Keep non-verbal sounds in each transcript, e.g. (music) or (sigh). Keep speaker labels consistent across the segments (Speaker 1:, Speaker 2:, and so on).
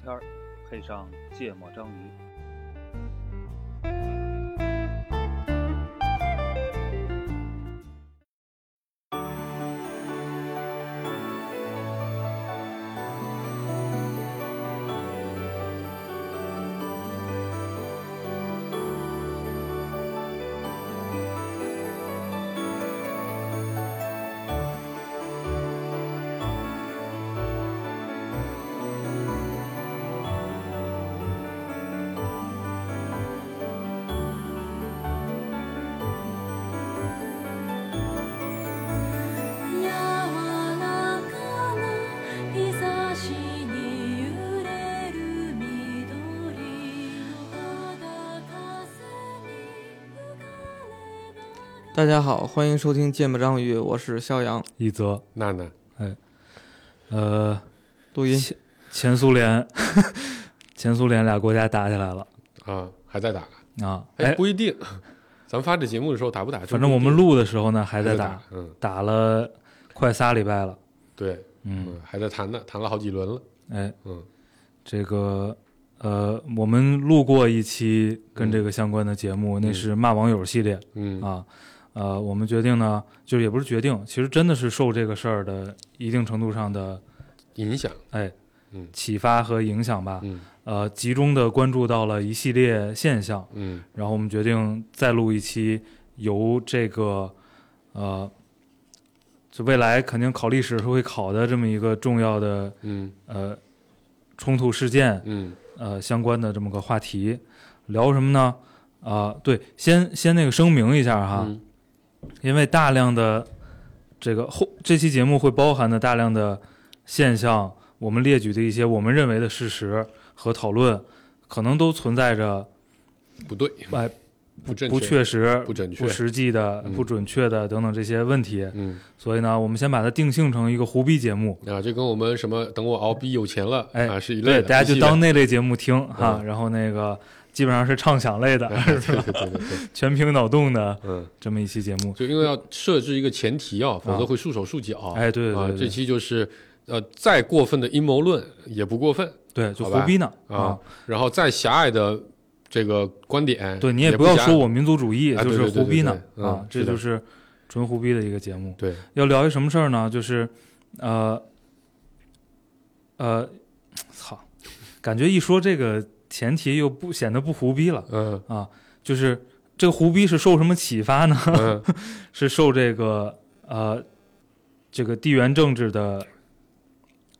Speaker 1: 片儿，配上芥末章鱼。
Speaker 2: 柔らかな日差しに揺れる緑の肌風に吹かれば
Speaker 3: 大家好，欢迎收听《芥末章鱼》，我是肖阳。
Speaker 4: 一则，哎
Speaker 5: 娜娜，
Speaker 4: 呃，
Speaker 3: 录音
Speaker 4: 前前苏联， (laughs) 前苏联俩国家打起来了
Speaker 5: 啊，还在打呢？
Speaker 4: 啊，
Speaker 5: 哎，
Speaker 4: 哎，
Speaker 5: 不一定， (laughs) 咱发这节目的时候打不打？
Speaker 4: 反正我们录的时候呢还
Speaker 5: 还
Speaker 4: 在
Speaker 5: 打
Speaker 4: 打，，
Speaker 5: 嗯，
Speaker 4: 打了快仨礼拜了，
Speaker 5: 对，
Speaker 4: 嗯，
Speaker 5: 嗯，还在谈呢，谈了好几轮了，
Speaker 4: 哎，
Speaker 5: 嗯，
Speaker 4: 这个呃，我们录过一期跟这个相关的节目，那是骂网友系列
Speaker 5: 嗯，
Speaker 4: 啊。呃，我们决定呢，就是也不是决定，其实真的是受这个事儿的一定程度上的
Speaker 5: 影响，
Speaker 4: 哎
Speaker 5: 嗯
Speaker 4: 启发和影响吧。
Speaker 5: 嗯
Speaker 4: 呃，集中的关注到了一系列现象，
Speaker 5: 嗯
Speaker 4: 然后我们决定再录一期由这个呃，就未来肯定考历史是会考的这么一个重要的
Speaker 5: 嗯
Speaker 4: 呃冲突事件
Speaker 5: 嗯
Speaker 4: 呃相关的这么个话题，聊什么呢？啊、对，先先那个声明一下哈，
Speaker 5: 嗯
Speaker 4: 因为大量的这个后这期节目会包含的大量的现象，我们列举的一些我们认为的事实和讨论，可能都存在着
Speaker 5: 不对，
Speaker 4: 哎
Speaker 5: 不正
Speaker 4: 不确实、
Speaker 5: 不准确
Speaker 4: 不实际的、
Speaker 5: 嗯
Speaker 4: 不准确的等等这些问题，
Speaker 5: 嗯
Speaker 4: 所以呢，我们先把它定性成一个胡逼节目，
Speaker 5: 啊，这跟我们什么等我熬逼有钱了，
Speaker 4: 哎
Speaker 5: 啊，是一类
Speaker 4: 对，
Speaker 5: 的，
Speaker 4: 大家
Speaker 5: 一系
Speaker 4: 就
Speaker 5: 列
Speaker 4: 当
Speaker 5: 的
Speaker 4: 那类节目听哈。
Speaker 5: 嗯
Speaker 4: 然后那个基本上是畅想类
Speaker 5: (laughs)
Speaker 4: 的，
Speaker 5: 哎对对对对对，
Speaker 4: 全凭脑洞的
Speaker 5: 嗯，
Speaker 4: 这么一期节目。
Speaker 5: 就因为要设置一个前提啊，否则会束手束脚，
Speaker 4: 哎，对
Speaker 5: 啊
Speaker 4: 对，
Speaker 5: 这
Speaker 4: 对
Speaker 5: 期就是呃，再过分的阴谋论也不过分。
Speaker 4: 对，就
Speaker 5: 好
Speaker 4: 胡
Speaker 5: 吧
Speaker 4: 逼呢
Speaker 5: 啊，，然后再狭隘的这个观点，
Speaker 4: 对你
Speaker 5: 哎也
Speaker 4: 不要
Speaker 5: 狭
Speaker 4: 说我民族主义，
Speaker 5: 啊
Speaker 4: 就
Speaker 5: 对
Speaker 4: 是
Speaker 5: 对对
Speaker 4: 胡逼呢
Speaker 5: 对对对
Speaker 4: 啊
Speaker 5: 嗯，
Speaker 4: 这
Speaker 5: 是的
Speaker 4: 就是纯胡逼的一个节目。
Speaker 5: 对，
Speaker 4: 要聊一什么事儿呢？就是，呃，呃，操，感觉一说这个前提又不显得不胡逼了
Speaker 5: 嗯
Speaker 4: 啊。就是这个胡逼是受什么启发呢？
Speaker 5: 嗯，
Speaker 4: (laughs) 是受这个呃这个地缘政治的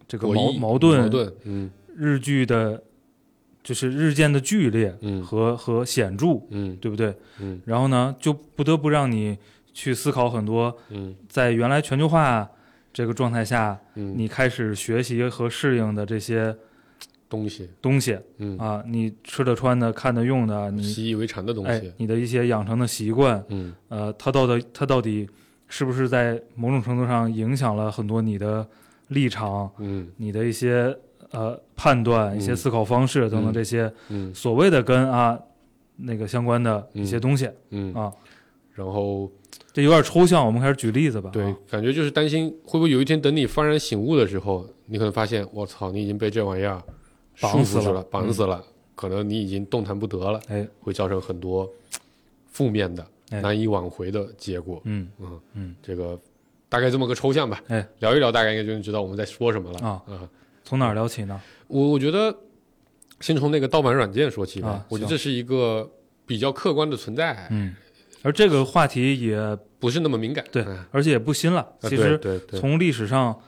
Speaker 4: 这个
Speaker 5: 博
Speaker 4: 矛
Speaker 5: 弈
Speaker 4: 矛盾
Speaker 5: 矛盾，嗯
Speaker 4: 日剧的，就是日渐的剧烈
Speaker 5: 嗯
Speaker 4: 和、和显著，
Speaker 5: 嗯
Speaker 4: 对不对？
Speaker 5: 嗯
Speaker 4: 然后呢，就不得不让你去思考很多
Speaker 5: 嗯
Speaker 4: 在原来全球化这个状态下，
Speaker 5: 嗯，
Speaker 4: 你开始学习和适应的这些
Speaker 5: 东西，
Speaker 4: 东西
Speaker 5: 嗯，
Speaker 4: 啊，你吃的、穿的、看的、用的，你
Speaker 5: 习以为常的东
Speaker 4: 哎
Speaker 5: 西，，
Speaker 4: 你的一些养成的习惯，
Speaker 5: 嗯
Speaker 4: 呃，它到底它到底是不是在某种程度上影响了很多你的立场、
Speaker 5: 嗯
Speaker 4: 你的一些呃判断、一些
Speaker 5: 嗯
Speaker 4: 思考方式等等
Speaker 5: 嗯
Speaker 4: 这些
Speaker 5: 嗯
Speaker 4: 所谓的跟啊那个相关的一些东西，
Speaker 5: 嗯
Speaker 4: 啊，
Speaker 5: 然后
Speaker 4: 这有点抽象，我们开始举例子吧。
Speaker 5: 对
Speaker 4: 啊，
Speaker 5: 感觉就是担心会不会有一天等你幡然醒悟的时候，你可能发现，我操，你已经被这玩意儿
Speaker 4: 绑
Speaker 5: 束缚
Speaker 4: 死
Speaker 5: 住
Speaker 4: 了嗯
Speaker 5: 了，绑死了，可能你已经动弹不得了，
Speaker 4: 哎，
Speaker 5: 会造成很多负面的、
Speaker 4: 哎
Speaker 5: 难以挽回的结果。
Speaker 4: 嗯
Speaker 5: 嗯，
Speaker 4: 嗯，
Speaker 5: 这个大概这么个抽象吧。
Speaker 4: 哎，
Speaker 5: 聊一聊，大概应该就能知道我们在说什么了
Speaker 4: 啊
Speaker 5: 啊。
Speaker 4: 从哪儿聊起呢？
Speaker 5: 我我觉得先从那个盗版软件说起吧，
Speaker 4: 啊
Speaker 5: 我觉得
Speaker 4: 行
Speaker 5: 这是一个比较客观的存在，
Speaker 4: 嗯，而这个话题也
Speaker 5: 不是那么敏感。
Speaker 4: 对
Speaker 5: 嗯啊
Speaker 4: 而且也不新了，其实
Speaker 5: 对对对
Speaker 4: 从历史上，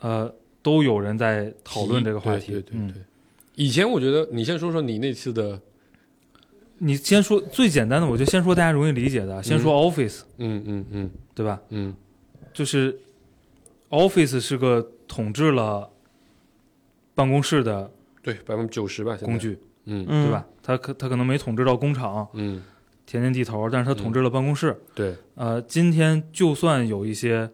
Speaker 4: 呃，都有人在讨论这个话题。
Speaker 5: 对对对
Speaker 4: 嗯
Speaker 5: 对以前我觉得你先说说你那次的，
Speaker 4: 你先说最简单的，我就先说大家容易理解的，先说 Office，、
Speaker 5: 嗯嗯嗯
Speaker 4: 对吧？
Speaker 5: 嗯
Speaker 4: 就是 Office 是个统治了办公室的
Speaker 5: 对，百分之九十吧，现在
Speaker 4: 工，具，
Speaker 5: 嗯
Speaker 3: 嗯，
Speaker 4: 对？吧？它可它可能没统治到工厂、
Speaker 5: 嗯，
Speaker 4: 田间地头，但是它统治了办公室。
Speaker 5: 对，
Speaker 4: 呃，今天就算有一些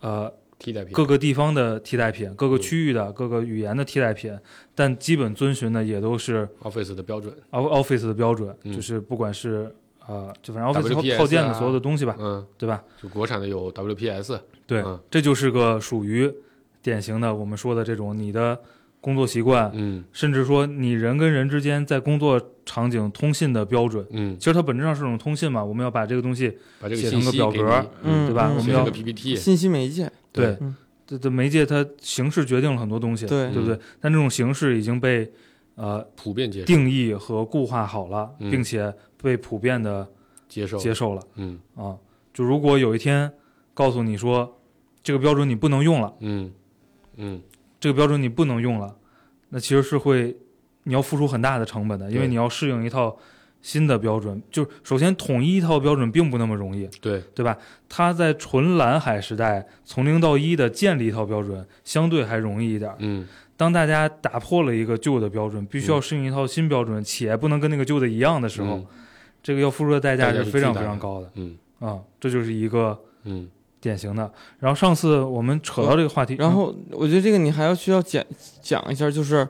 Speaker 4: 呃
Speaker 5: 替代品，
Speaker 4: 各个地方的替代品、各个区域的、各个语言的替代品，但基本遵循的也都是
Speaker 5: Office 的标准，
Speaker 4: O- Office 的标准，
Speaker 5: 嗯
Speaker 4: 就是不管是呃，就反正 Office 套
Speaker 5: WPS
Speaker 4: 套件的
Speaker 5: 啊
Speaker 4: 所有的东西吧，
Speaker 5: 嗯，
Speaker 4: 对吧？
Speaker 5: 就国产的有 WPS，
Speaker 4: 对，
Speaker 5: 嗯
Speaker 4: 这就是个属于典型的我们说的这种你的工作习惯，
Speaker 5: 嗯
Speaker 4: 甚至说你人跟人之间在工作场景通信的标准。
Speaker 5: 嗯，
Speaker 4: 其实它本质上是种通信嘛，我们要把这个东西，
Speaker 5: 把这个
Speaker 4: 写
Speaker 5: 信
Speaker 4: 成个
Speaker 5: 息
Speaker 4: 表
Speaker 5: 给
Speaker 4: 格
Speaker 5: 你啊
Speaker 4: 儿
Speaker 3: 嗯
Speaker 4: 对吧？
Speaker 3: 嗯
Speaker 4: 我们
Speaker 5: 写
Speaker 4: 要
Speaker 5: 成个 PPT，
Speaker 3: 信息媒介，
Speaker 4: 对
Speaker 3: 嗯
Speaker 4: 这这媒介它形式决定了很多东西，
Speaker 3: 对
Speaker 4: 对不
Speaker 5: 嗯
Speaker 4: 对？但这种形式已经被呃
Speaker 5: 普遍接受
Speaker 4: 定义和固化好了，
Speaker 5: 嗯
Speaker 4: 并且被普遍的
Speaker 5: 接受，
Speaker 4: 接受了
Speaker 5: 嗯
Speaker 4: 啊。就如果有一天告诉你说这个标准你不能用了，
Speaker 5: 嗯嗯，
Speaker 4: 这个标准你不能用了，那其实是会你要付出很大的成本的，因为
Speaker 5: 对
Speaker 4: 你要适应一套新的标准。就首先统一一套标准并不那么容易，
Speaker 5: 对，
Speaker 4: 对吧？它在纯蓝海时代从零到一的建立一套标准，相对还容易一点儿。
Speaker 5: 嗯
Speaker 4: 当大家打破了一个旧的标准，必须要适应一套新标准，且不能跟那个旧的一样的时候，
Speaker 5: 嗯
Speaker 4: 这个要付出的代价是非常非常高的
Speaker 5: 嗯
Speaker 4: 啊、这就是一个
Speaker 5: 嗯
Speaker 4: 典型的。然后上次我们扯到这个话题，
Speaker 3: 嗯
Speaker 4: 嗯
Speaker 3: 然后我觉得这个你还要需要讲讲一下，就是，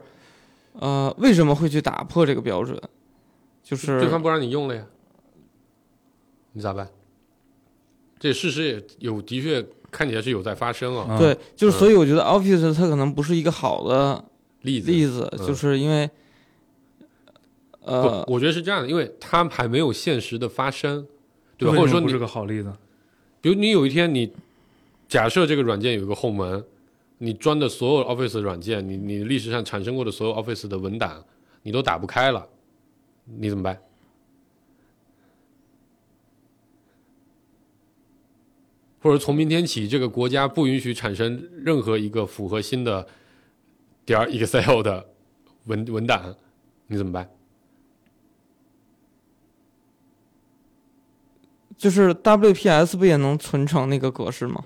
Speaker 3: 呃，为什么会去打破这个标准？就是
Speaker 5: 对方不让你用了呀，你咋办？这事实也有，的确看起来是有在发生啊，
Speaker 4: 嗯
Speaker 3: 对，就是
Speaker 5: 嗯
Speaker 3: 所以我觉得 Office 它可能不是一个好的
Speaker 5: 例子
Speaker 3: 例子，
Speaker 5: 嗯
Speaker 3: 就是因为，呃，
Speaker 5: 不，我觉得是这样的，因为它还没有现实的发生，对吧？
Speaker 4: 这为
Speaker 5: 或者
Speaker 4: 什
Speaker 5: 说
Speaker 4: 么
Speaker 5: 你
Speaker 4: 不是个好例子，
Speaker 5: 比如你有一天你假设这个软件有一个后门，你装的所有 Office 的软件，你你历史上产生过的所有 Office 的文档，你都打不开了，你怎么办？或者从明天起，这个国家不允许产生任何一个符合新的点儿 Excel 的文文档，你怎么办？
Speaker 3: 就是 WPS 不也能存成那个格式吗？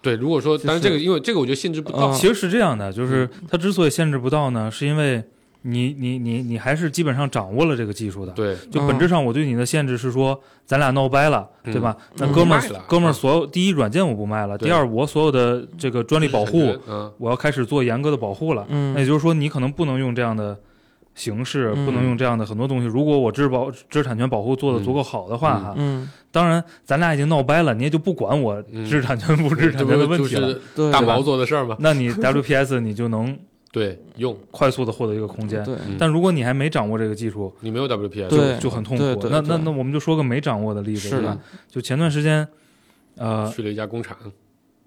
Speaker 5: 对，如果说，
Speaker 3: 就是
Speaker 5: 但是这个，因为这个我觉得性质不到，
Speaker 3: 嗯
Speaker 4: 其实是这样的，就是它之所以限制不到呢，是因为你你你你还是基本上掌握了这个技术的。
Speaker 5: 对，
Speaker 4: 就本质上，我对你的限制是说，咱俩闹掰了，
Speaker 5: 嗯
Speaker 4: 对吧？那
Speaker 3: 嗯
Speaker 4: 哥们
Speaker 5: 卖
Speaker 4: 儿
Speaker 5: 了，
Speaker 4: 哥们儿，所有第一软件我不卖了，
Speaker 5: 对
Speaker 4: 第二我所有的这个专利保护，
Speaker 5: 嗯，
Speaker 4: 我要开始做严格的保护了。那也
Speaker 3: 嗯
Speaker 4: 就是说，你可能不能用这样的形式，
Speaker 3: 嗯
Speaker 4: 不能用这样的很多东西。如果我知识保知识产权保护做的足够好的话，哈，
Speaker 3: 嗯，
Speaker 4: 当然咱俩已经闹掰了，你也就不管我
Speaker 5: 嗯
Speaker 4: 知识产权不知识
Speaker 5: 这
Speaker 4: 产
Speaker 5: 不
Speaker 4: 权的
Speaker 5: 是
Speaker 4: 问
Speaker 5: 就
Speaker 4: 题了。
Speaker 5: 是
Speaker 3: 对，
Speaker 5: 大
Speaker 4: 吧
Speaker 5: 毛做的事儿吗？
Speaker 4: 那你 WPS 你就能
Speaker 5: 对，用
Speaker 4: 快速的获得一个空间。
Speaker 3: 对，
Speaker 5: 嗯
Speaker 4: 但如果你还没掌握这个技术，
Speaker 5: 你没有 WPS，
Speaker 3: 对
Speaker 4: 就很痛苦。
Speaker 3: 对对
Speaker 4: 那
Speaker 3: 对
Speaker 4: 那那我们就说个没掌握的例子，
Speaker 3: 是
Speaker 4: 对吧？就前段时间，呃，
Speaker 5: 去了一家工厂，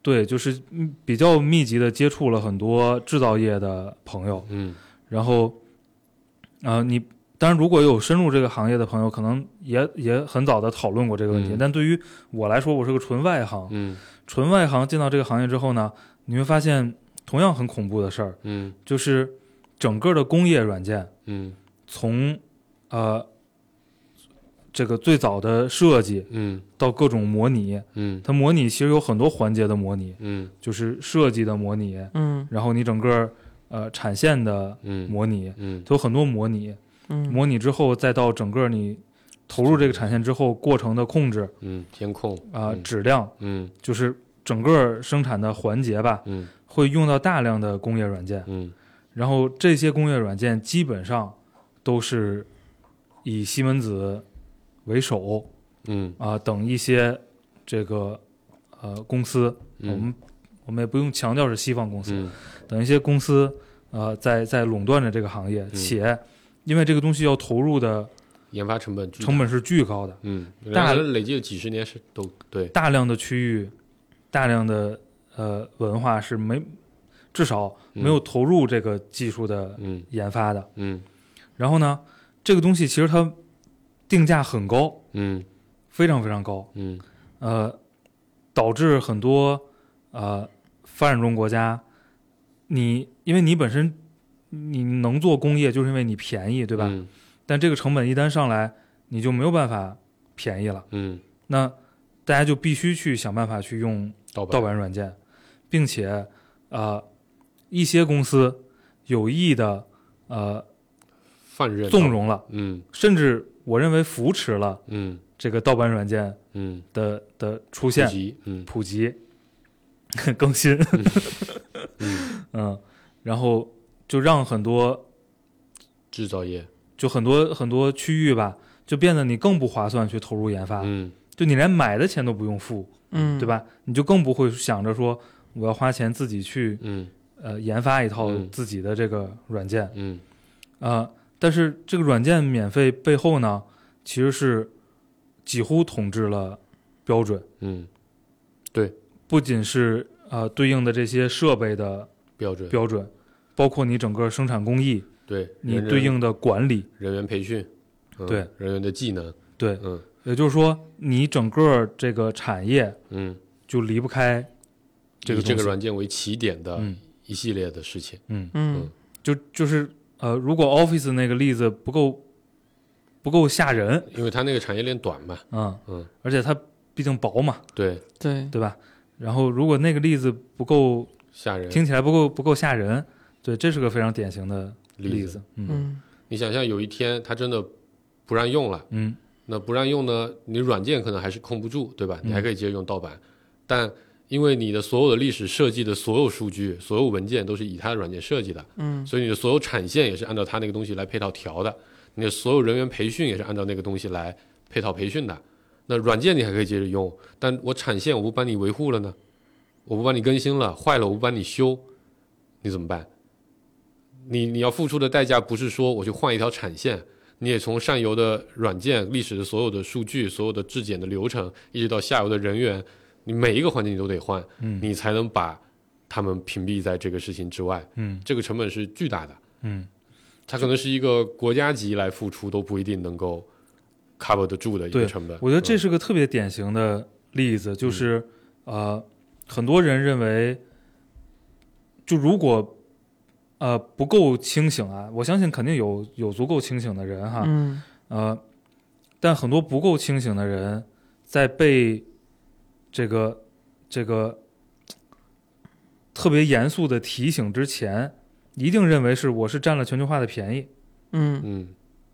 Speaker 4: 对，就是嗯比较密集的接触了很多制造业的朋友，
Speaker 5: 嗯
Speaker 4: 然后，呃，你当然如果有深入这个行业的朋友，可能也也很早的讨论过这个问题。
Speaker 5: 嗯
Speaker 4: 但对于我来说，我是个纯外行，
Speaker 5: 嗯
Speaker 4: 纯外行进到这个行业之后呢，你会发现同样很恐怖的事儿，
Speaker 5: 嗯
Speaker 4: 就是整个的工业软件
Speaker 5: 嗯
Speaker 4: 从呃这个最早的设计
Speaker 5: 嗯
Speaker 4: 到各种模拟，
Speaker 5: 嗯
Speaker 4: 它模拟其实有很多环节的模拟，
Speaker 5: 嗯
Speaker 4: 就是设计的模拟，
Speaker 3: 嗯
Speaker 4: 然后你整个呃产线的
Speaker 5: 嗯
Speaker 4: 模拟，
Speaker 5: 嗯
Speaker 4: 它有很多模拟。
Speaker 3: 嗯
Speaker 4: 模拟之后，再到整个你投入这个产线之后过程的控制
Speaker 5: 嗯，监控
Speaker 4: 啊、
Speaker 5: 嗯
Speaker 4: 质量
Speaker 5: 嗯
Speaker 4: 就是整个生产的环节吧，
Speaker 5: 嗯
Speaker 4: 会用到大量的工业软件，
Speaker 5: 嗯
Speaker 4: 然后这些工业软件基本上都是以西门子为首
Speaker 5: 嗯
Speaker 4: 啊、等一些这个呃公司，
Speaker 5: 嗯
Speaker 4: 我们我们也不用强调是西方公司，
Speaker 5: 嗯
Speaker 4: 等一些公司呃在在垄断着这个行业，
Speaker 5: 嗯
Speaker 4: 且因为这个东西要投入的
Speaker 5: 研发成本巨大
Speaker 4: 成本是巨高的。
Speaker 5: 嗯，
Speaker 4: 大
Speaker 5: 人家累计了几十年是都对，
Speaker 4: 大量的区域、大量的呃文化是没至少没有投入这个技术的
Speaker 5: 嗯
Speaker 4: 研发的。
Speaker 5: 嗯
Speaker 4: 然后呢，这个东西其实它定价很高，
Speaker 5: 嗯
Speaker 4: 非常非常高，
Speaker 5: 嗯
Speaker 4: 呃，导致很多呃发展中国家，你因为你本身你能做工业，就是因为你便宜，对吧？
Speaker 5: 嗯
Speaker 4: 但这个成本一旦上来，你就没有办法便宜了。
Speaker 5: 嗯，
Speaker 4: 那大家就必须去想办法去用
Speaker 5: 盗版
Speaker 4: 盗版软件，并且呃，一些公司有意的呃
Speaker 5: 放任
Speaker 4: 纵，容了，
Speaker 5: 嗯
Speaker 4: 甚至我认为扶持了
Speaker 5: 嗯
Speaker 4: 这个盗版软件
Speaker 5: 嗯，
Speaker 4: 的的出
Speaker 5: 普
Speaker 4: 现、
Speaker 5: 及，嗯
Speaker 4: 普及、 (laughs) 更新，
Speaker 5: 嗯，
Speaker 4: (laughs) 嗯，然后就让很多
Speaker 5: 制造业，
Speaker 4: 就很多很多区域吧，就变得你更不划算去投入研发，
Speaker 5: 嗯
Speaker 4: 就你连买的钱都不用付，
Speaker 3: 嗯，
Speaker 4: 对？吧？你就更不会想着说我要花钱自己去
Speaker 5: 嗯
Speaker 4: 呃研发一套
Speaker 5: 嗯
Speaker 4: 自己的这个软件，
Speaker 5: 嗯
Speaker 4: 啊，但是这个软件免费背后呢，其实是几乎统治了标准，
Speaker 5: 嗯，
Speaker 4: 不仅是呃对应的这些设备的
Speaker 5: 标准
Speaker 4: 标准，包括你整个生产工艺，
Speaker 5: 对，
Speaker 4: 你
Speaker 5: 人员
Speaker 4: 对应的管理，
Speaker 5: 人员培训，嗯
Speaker 4: 对
Speaker 5: 人员的技能，
Speaker 4: 对，
Speaker 5: 嗯
Speaker 4: 也就是说你整个这个产业
Speaker 5: 嗯，
Speaker 4: 就离不开这个
Speaker 5: 以这
Speaker 4: 东
Speaker 5: 个
Speaker 4: 西
Speaker 5: 软件啊为起点的
Speaker 4: 嗯
Speaker 5: 一系列的事情，
Speaker 4: 嗯，
Speaker 3: 嗯
Speaker 4: 就就是呃，如果 Office 那个例子不够不够吓人，
Speaker 5: 因为它那个产业链短嘛，
Speaker 4: 嗯
Speaker 5: 嗯，
Speaker 4: 而且它毕竟薄嘛，
Speaker 5: 对，
Speaker 3: 对，
Speaker 4: 对吧？然后如果那个例子不够
Speaker 5: 吓人。
Speaker 4: 听起来不够不够吓人。对，这是个非常典型的
Speaker 5: 例
Speaker 4: 子。嗯
Speaker 3: 嗯
Speaker 5: 你想象有一天它真的不让用了，
Speaker 4: 嗯
Speaker 5: 那不让用呢，你软件可能还是控不住，对吧？
Speaker 4: 嗯
Speaker 5: 你还可以接着用盗版，但因为你的所有的历史设计的所有数据、所有文件都是以它的软件设计的，
Speaker 3: 嗯
Speaker 5: 所以你的所有产线也是按照它那个东西来配套调的，你的所有人员培训也是按照那个东西来配套培训的。那软件你还可以接着用，但我产线我不帮你维护了呢，我不帮你更新了，坏了我不帮你修，你怎么办？你你要付出的代价不是说我去换一条产线，你也从上游的软件、历史的所有的数据、所有的质检的流程，一直到下游的人员，你每一个环节你都得换，
Speaker 4: 嗯
Speaker 5: 你才能把他们屏蔽在这个事情之外。
Speaker 4: 嗯
Speaker 5: 这个成本是巨大的，
Speaker 4: 嗯，
Speaker 5: 它可能是一个国家级来付出都不一定能够 cover 得住的一
Speaker 4: 对
Speaker 5: 个成本。
Speaker 4: 我觉得这
Speaker 5: 嗯
Speaker 4: 是个特别典型的例子，就是、呃，很多人认为，就如果呃不够清醒啊，我相信肯定有有足够清醒的人哈，
Speaker 3: 嗯
Speaker 4: 呃，但很多不够清醒的人在被这个这个特别严肃的提醒之前，一定认为是我是占了全球化的便宜，
Speaker 3: 嗯
Speaker 5: 嗯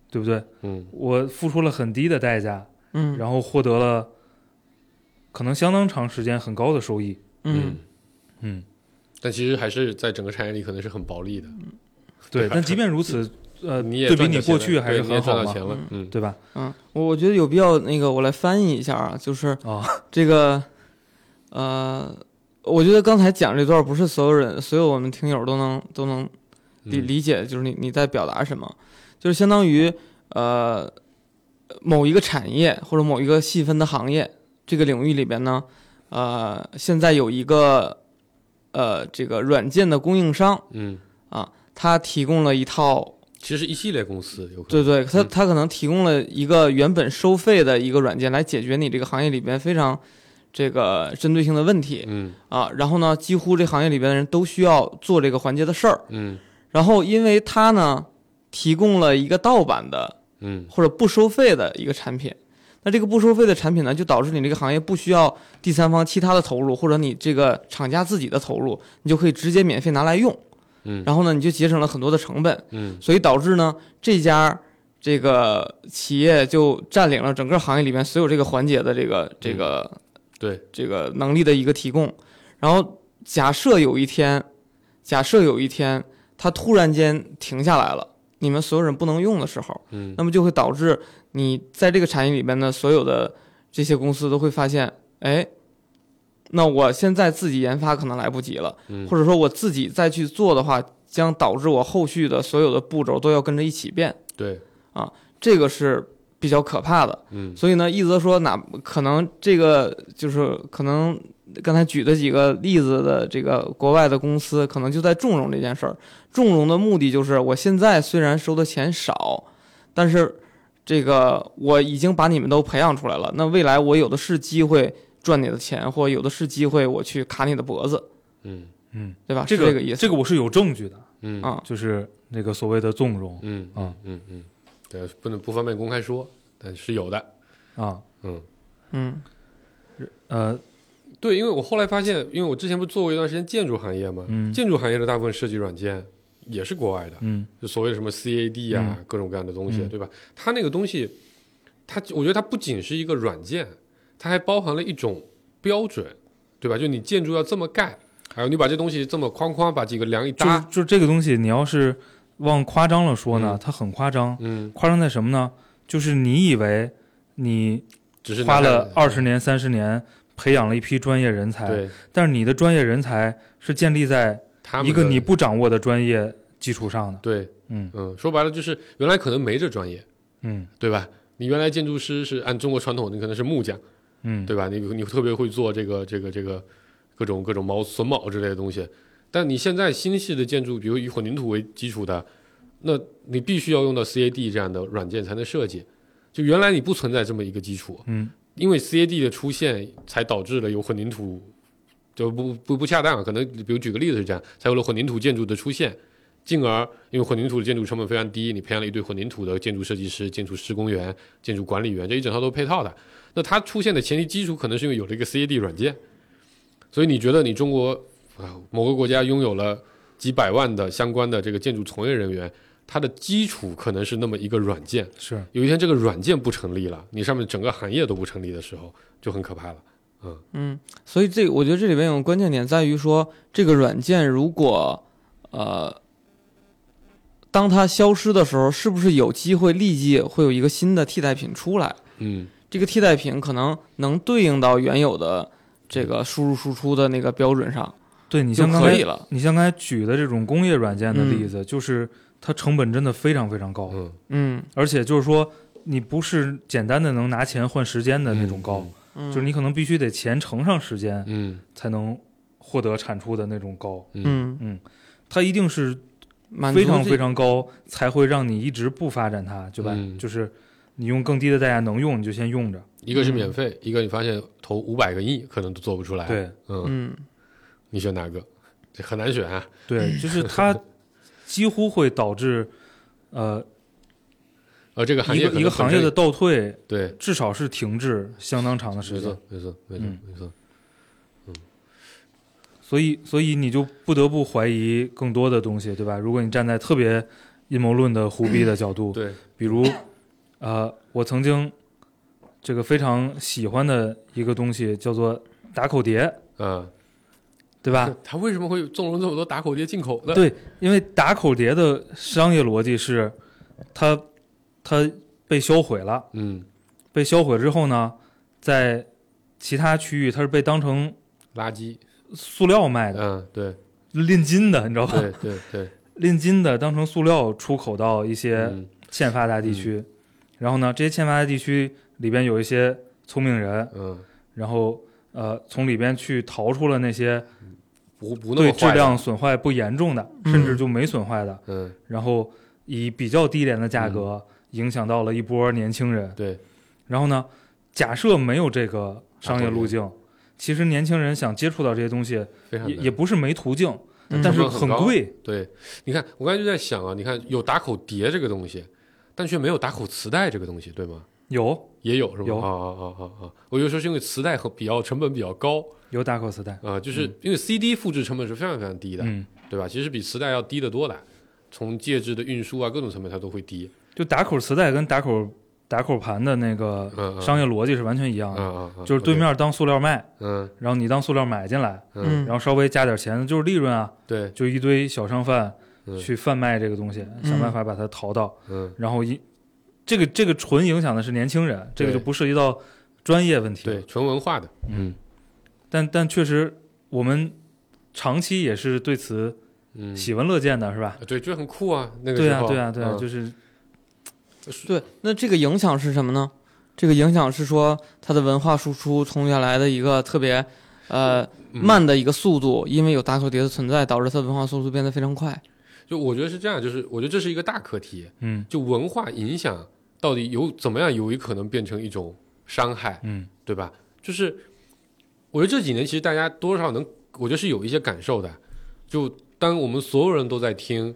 Speaker 4: 对不对？
Speaker 5: 嗯
Speaker 4: 我付出了很低的代价，
Speaker 3: 嗯，
Speaker 4: 然后获得了可能相当长时间很高的收益。
Speaker 3: 嗯，
Speaker 4: 嗯，
Speaker 5: 但其实还是在整个产业里可能是很薄利的，
Speaker 4: 对。但即便如此，呃，
Speaker 5: 你也
Speaker 4: 对比
Speaker 5: 赚到
Speaker 4: 你
Speaker 5: 钱
Speaker 4: 过
Speaker 5: 了
Speaker 4: 去还
Speaker 5: 对
Speaker 4: 是
Speaker 5: 你也
Speaker 4: 很
Speaker 5: 赚
Speaker 4: 好
Speaker 5: 到
Speaker 4: 嘛，
Speaker 5: 钱了，嗯，
Speaker 4: 对吧？
Speaker 3: 嗯，我我觉得有必要那个我来翻译一下啊，就是
Speaker 4: 啊，
Speaker 3: (laughs) 这个，呃，我觉得刚才讲这段不是所有人，所有我们听友都能都能理
Speaker 5: 嗯
Speaker 3: 理解，就是你你在表达什么，就是相当于呃某一个产业或者某一个细分的行业这个领域里边呢，呃，现在有一个呃这个软件的供应商，
Speaker 5: 嗯，
Speaker 3: 它提供了一套，
Speaker 5: 其实一系列公司有可
Speaker 3: 对
Speaker 5: 能，
Speaker 3: 对，它
Speaker 5: 嗯
Speaker 3: 它可能提供了一个原本收费的一个软件来解决你这个行业里边非常这个针对性的问题，
Speaker 5: 嗯
Speaker 3: 啊，然后呢，几乎这行业里边的人都需要做这个环节的事儿。
Speaker 5: 嗯
Speaker 3: 然后，因为它呢提供了一个盗版的
Speaker 5: 嗯
Speaker 3: 或者不收费的一个产品，那这个不收费的产品呢，就导致你这个行业不需要第三方其他的投入，或者你这个厂家自己的投入，你就可以直接免费拿来用。
Speaker 5: 嗯
Speaker 3: 然后呢，你就节省了很多的成本，
Speaker 5: 嗯
Speaker 3: 所以导致呢这家。这个企业就占领了整个行业里面所有这个环节的这个这个
Speaker 5: 对，
Speaker 3: 这个能力的一个提供。然后假设有一天，假设有一天它突然间停下来了，你们所有人不能用的时候，
Speaker 5: 嗯
Speaker 3: 那么就会导致你在这个产业里边的所有的这些公司都会发现，哎，那我现在自己研发可能来不及了，
Speaker 5: 嗯
Speaker 3: 或者说我自己再去做的话，将导致我后续的所有的步骤都要跟着一起变，
Speaker 5: 对，
Speaker 3: 这个是比较可怕的。
Speaker 5: 嗯
Speaker 3: 所以呢，一则说哪可能这个就是可能刚才举的几个例子的这个国外的公司，可能就在纵容这件事儿。纵容的目的就是，我现在虽然收的钱少，但是这个我已经把你们都培养出来了，那未来我有的是机会赚你的钱，或有的是机会我去卡你的脖子，
Speaker 5: 嗯
Speaker 4: 嗯，
Speaker 3: 对吧？
Speaker 4: 这
Speaker 3: 啊是
Speaker 4: 个
Speaker 3: 这个意思。
Speaker 4: 这个我是有证据的，
Speaker 5: 嗯
Speaker 3: 啊，
Speaker 4: 就是那个所谓的纵容
Speaker 5: 嗯
Speaker 4: 啊
Speaker 5: 嗯嗯，对，不能不方便公开说，但是有的，
Speaker 4: 啊，
Speaker 5: 嗯。
Speaker 3: 嗯
Speaker 4: 呃，
Speaker 5: 对，因为我后来发现，因为我之前不是做过一段时间建筑行业嘛，
Speaker 4: 嗯
Speaker 5: 建筑行业的大部分设计软件也是国外的，
Speaker 4: 嗯
Speaker 5: 就所谓的什么 CAD 啊，各种各样的东西，
Speaker 4: 嗯
Speaker 5: 对吧？它那个东西，它我觉得它不仅是一个软件，它还包含了一种标准，对吧？就你建筑要这么盖，还有你把这东西这么哐哐把几个梁一
Speaker 4: 就是
Speaker 5: 搭，
Speaker 4: 就是这个东西，你要是往夸张了说呢，
Speaker 5: 嗯
Speaker 4: 它很夸张，
Speaker 5: 嗯，
Speaker 4: 夸张在什么呢？就是你以为你
Speaker 5: 只是拿
Speaker 4: 花了
Speaker 5: 来
Speaker 4: 二十年、三十年培养了一批专业人才，
Speaker 5: 对
Speaker 4: 但是你的专业人才是建立在
Speaker 5: 他们的
Speaker 4: 一个你不掌握的专业基础上的，
Speaker 5: 对，
Speaker 4: 嗯
Speaker 5: 嗯，说白了就是原来可能没这专业，
Speaker 4: 嗯
Speaker 5: 对吧？你原来建筑师是按中国传统，你可能是木匠，
Speaker 4: 嗯，
Speaker 5: 对吧？你你特别会做这个这个这个各种各种毛榫卯之类的东西，但你现在新式的建筑，比如以混凝土为基础的，那你必须要用到 CAD 这样的软件才能设计。就原来你不存在这么一个基础，
Speaker 4: 嗯，
Speaker 5: 因为 CAD 的出现才导致了有混凝土，就不不不恰当啊，可能比如举个例子是这样，才有了混凝土建筑的出现，进而因为混凝土的建筑成本非常低，你培养了一堆混凝土的建筑设计师、建筑施工员、建筑管理员，这一整套都是配套的。那它出现的前提基础可能是因为有了一个 CAD 软件，所以你觉得你中国啊某个国家拥有了几百万的相关的这个建筑从业人员，它的基础可能是那么一个软件。
Speaker 4: 是
Speaker 5: 有一天这个软件不成立了，你上面整个行业都不成立的时候，就很可怕了。
Speaker 3: 嗯，所以这我觉得这里边有个关键点在于说，这个软件如果呃，当它消失的时候，是不是有机会立即会有一个新的替代品出来？
Speaker 5: 嗯，
Speaker 3: 这个替代品可能能对应到原有的这个输入输出的那个标准上
Speaker 4: 对你
Speaker 3: 就
Speaker 4: 像刚
Speaker 3: 可
Speaker 4: 才
Speaker 3: 以了。
Speaker 4: 你像刚才举的这种工业软件的例子，就是它成本真的非常非常高，
Speaker 5: 嗯，
Speaker 3: 嗯
Speaker 4: 而且就是说你不是简单的能拿钱换时间的那种高，
Speaker 3: 嗯，
Speaker 4: 就是你可能必须得钱乘上时间
Speaker 5: 嗯
Speaker 4: 才能获得产出的那种高，
Speaker 3: 嗯，
Speaker 4: 它一定是
Speaker 3: 满足
Speaker 4: 非常
Speaker 3: 这
Speaker 4: 非常高，才会让你一直不发展它，对吧？
Speaker 5: 嗯
Speaker 4: 就是你用更低的代价能用，你就先用着。
Speaker 5: 一个是免费，一个你发现投五百个亿可能都做不出来。，
Speaker 4: 对
Speaker 5: 嗯，
Speaker 3: 嗯
Speaker 5: 你选哪个？这很难选啊。
Speaker 4: 对，就是它几乎会导致呃
Speaker 5: 呃，这个行
Speaker 4: 一
Speaker 5: 业
Speaker 4: 个一个
Speaker 5: 可能
Speaker 4: 行
Speaker 5: 本身
Speaker 4: 业的倒退，
Speaker 5: 对
Speaker 4: 至少是停滞相当长的时
Speaker 5: 没
Speaker 4: 间
Speaker 5: 错。，没错，没错，
Speaker 4: 嗯
Speaker 5: 没错。
Speaker 4: 所以，所以你就不得不怀疑更多的东西，对吧？如果你站在特别阴谋论的胡逼的角度，
Speaker 5: 对，
Speaker 4: 比如，呃，我曾经这个非常喜欢的一个东西叫做打口碟，
Speaker 5: 嗯，
Speaker 4: 对吧？
Speaker 5: (laughs) 他为什么会纵容这么多打口碟进口的？
Speaker 4: 啊对因为打口碟的商业逻辑是，它它被销毁了，
Speaker 5: 嗯，
Speaker 4: 被销毁之后呢，在其他区域它是被当成
Speaker 5: 垃圾，
Speaker 4: 塑料卖的，
Speaker 5: 嗯，对，
Speaker 4: 炼金的，你知道吧？
Speaker 5: 对，对，
Speaker 4: (laughs)
Speaker 5: 对，
Speaker 4: 炼金的当成塑料出口到一些
Speaker 5: 嗯，
Speaker 4: 欠发达地区，然后呢，这些欠发达地区里边有一些聪明人，
Speaker 5: 嗯，
Speaker 4: 然后呃，从里边去逃出了那些
Speaker 5: 不不那
Speaker 4: 对
Speaker 5: 么
Speaker 4: 质
Speaker 5: 坏的，
Speaker 4: 量损坏不严重的，
Speaker 3: 嗯
Speaker 4: 甚至就没损坏的，
Speaker 5: 嗯，
Speaker 4: 然后以比较低廉的价格影响到了一波年轻人。
Speaker 5: 对，
Speaker 4: 然后呢，假设没有这个商业路
Speaker 5: 啊
Speaker 4: 径，其实年轻人想接触到这些东西
Speaker 5: 非常
Speaker 4: 也
Speaker 5: 难
Speaker 4: 也不是没途径，
Speaker 3: 嗯
Speaker 4: 但是
Speaker 5: 成本很高
Speaker 4: 贵。
Speaker 5: 对。你看，我刚才就在想啊，你看有打口碟这个东西，但却没有打口磁带这个东西，对吗？
Speaker 4: 有
Speaker 5: 也有是吧？
Speaker 4: 有
Speaker 5: 啊啊啊啊啊！我就说是因为磁带和比较成本比较高
Speaker 4: 有打口磁带，
Speaker 5: 啊、就是因为 CD 复制成本是非常非常低的，
Speaker 4: 嗯，
Speaker 5: 对吧？其实比磁带要低得多的，从介质的运输啊各种层面它都会低。
Speaker 4: 就打口磁带跟打口打口盘的那个
Speaker 5: 嗯嗯
Speaker 4: 商业逻辑是完全一样
Speaker 5: 啊
Speaker 4: 的，
Speaker 5: 啊啊！
Speaker 4: 就是对
Speaker 5: OK
Speaker 4: 面当塑料卖，
Speaker 5: 嗯
Speaker 4: 然后你当塑料买进来，
Speaker 5: 嗯，
Speaker 4: 然后稍微加点钱就是利润啊，
Speaker 5: 对，
Speaker 4: 就一堆小商贩
Speaker 5: 嗯
Speaker 4: 去贩卖这个东西，想办法把它淘到，
Speaker 5: 嗯，
Speaker 4: 然后一这个这个纯影响的是年轻人，这个就不涉及到专业问题了
Speaker 5: 对，纯文化的，嗯
Speaker 4: 但但确实我们长期也是对此
Speaker 5: 嗯，
Speaker 4: 喜闻乐见的，是吧？
Speaker 5: 对，就很酷啊，那个
Speaker 4: 对
Speaker 5: 时
Speaker 4: 啊，
Speaker 5: 候
Speaker 4: 对啊，对啊，
Speaker 5: 嗯
Speaker 4: 就是
Speaker 3: 对，那这个影响是什么呢？这个影响是说它的文化输出从原来的一个特别呃
Speaker 5: 嗯
Speaker 3: 慢的一个速度，因为有打口碟的存在，导致它的文化速度变得非常快。
Speaker 5: 就我觉得是这样，就是我觉得这是一个大课题，
Speaker 4: 嗯
Speaker 5: 就文化影响到底有怎么样有可能变成一种伤害，
Speaker 4: 嗯
Speaker 5: 对吧？就是我觉得这几年其实大家多少能，我觉得是有一些感受的。就当我们所有人都在听，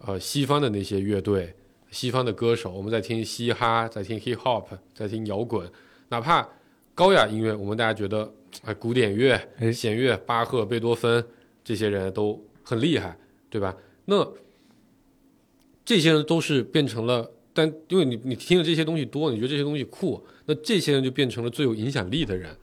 Speaker 5: 呃，西方的那些乐队、西方的歌手，我们在听嘻哈，在听 hip hop，在听摇滚，哪怕高雅音乐，我们大家觉得，哎，古典乐、
Speaker 4: 哎
Speaker 5: 弦乐、巴赫、贝多芬这些人都很厉害，对吧？那这些人都是变成了，但因为你你听了这些东西多，你觉得这些东西酷，那这些人就变成了最有影响力的人。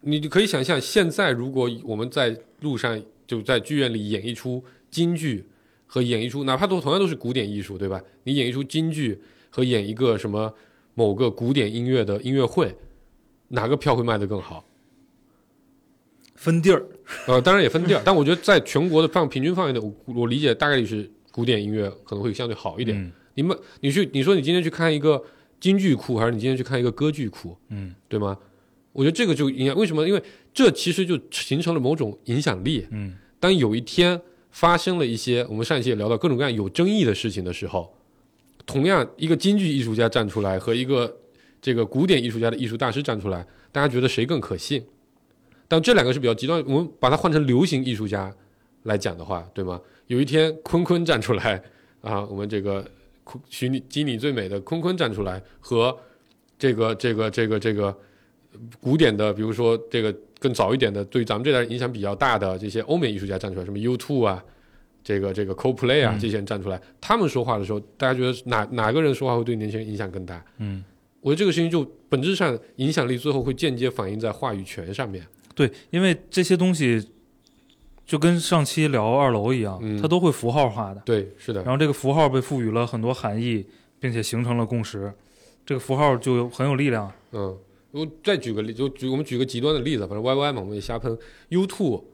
Speaker 5: 你就可以想象，现在如果我们在路上就在剧院里演一出京剧和演一出，哪怕都同样都是古典艺术，对吧？你演一出京剧和演一个什么某个古典音乐的音乐会，哪个票会卖得更好？
Speaker 4: 分地儿，
Speaker 5: 呃，当然也分地儿，但我觉得在全国的范平均范围内，我我理解大概率是古典音乐可能会相对好一点。
Speaker 4: 嗯
Speaker 5: 你们，你去，你说你今天去看一个京剧库，还是你今天去看一个歌剧库，
Speaker 4: 嗯
Speaker 5: 对吗？我觉得这个就影响为什么？因为这其实就形成了某种影响力。
Speaker 4: 嗯
Speaker 5: 当有一天发生了一些我们上一期也聊到各种各样有争议的事情的时候，同样一个京剧艺术家站出来和一个这个古典艺术家的艺术大师站出来，大家觉得谁更可信？但这两个是比较极端，我们把它换成流行艺术家来讲的话，对吗？有一天坤坤站出来啊，我们这个坤许你经理最美的坤坤站出来和这个这个这个这个古典的，比如说这个更早一点的，对咱们这代人影响比较大的这些欧美艺术家站出来，什么 U2 啊，这个这个 Coldplay 啊，这些人站出来，他们说话的时候，大家觉得哪哪个人说话会对年轻人影响更大？
Speaker 4: 嗯，
Speaker 5: 我觉得这个事情就本质上影响力最后会间接反映在话语权上面。
Speaker 4: 对，因为这些东西就跟上期聊二楼一样，
Speaker 5: 嗯
Speaker 4: 它都会符号化的，
Speaker 5: 对，是的
Speaker 4: 然，后这个符号被赋予了很多含义，并且形成了共识，这个符号就有很有力量。
Speaker 5: 嗯，我再举个例，就举我们举个极端的例子，反正 YY 嘛，我们也瞎喷。U2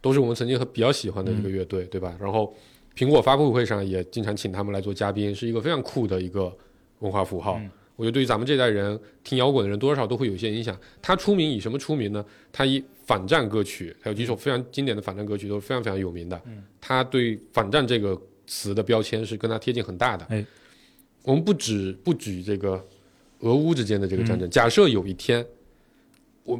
Speaker 5: 都是我们曾经很比较喜欢的
Speaker 4: 嗯
Speaker 5: 一个乐队，对吧？然后苹果发布会上也经常请他们来做嘉宾，是一个非常酷的一个文化符号。
Speaker 4: 嗯
Speaker 5: 我觉得对于咱们这代人听摇滚的人，多多少少都会有一些影响。他出名以什么出名呢？他以反战歌曲，还有几首非常经典的反战歌曲都是非常非常有名的。
Speaker 4: 嗯
Speaker 5: 他对反战这个词的标签是跟他贴近很大的。
Speaker 4: 哎
Speaker 5: 我们不只不举这个俄乌之间的这个
Speaker 4: 嗯
Speaker 5: 战争，假设有一天，我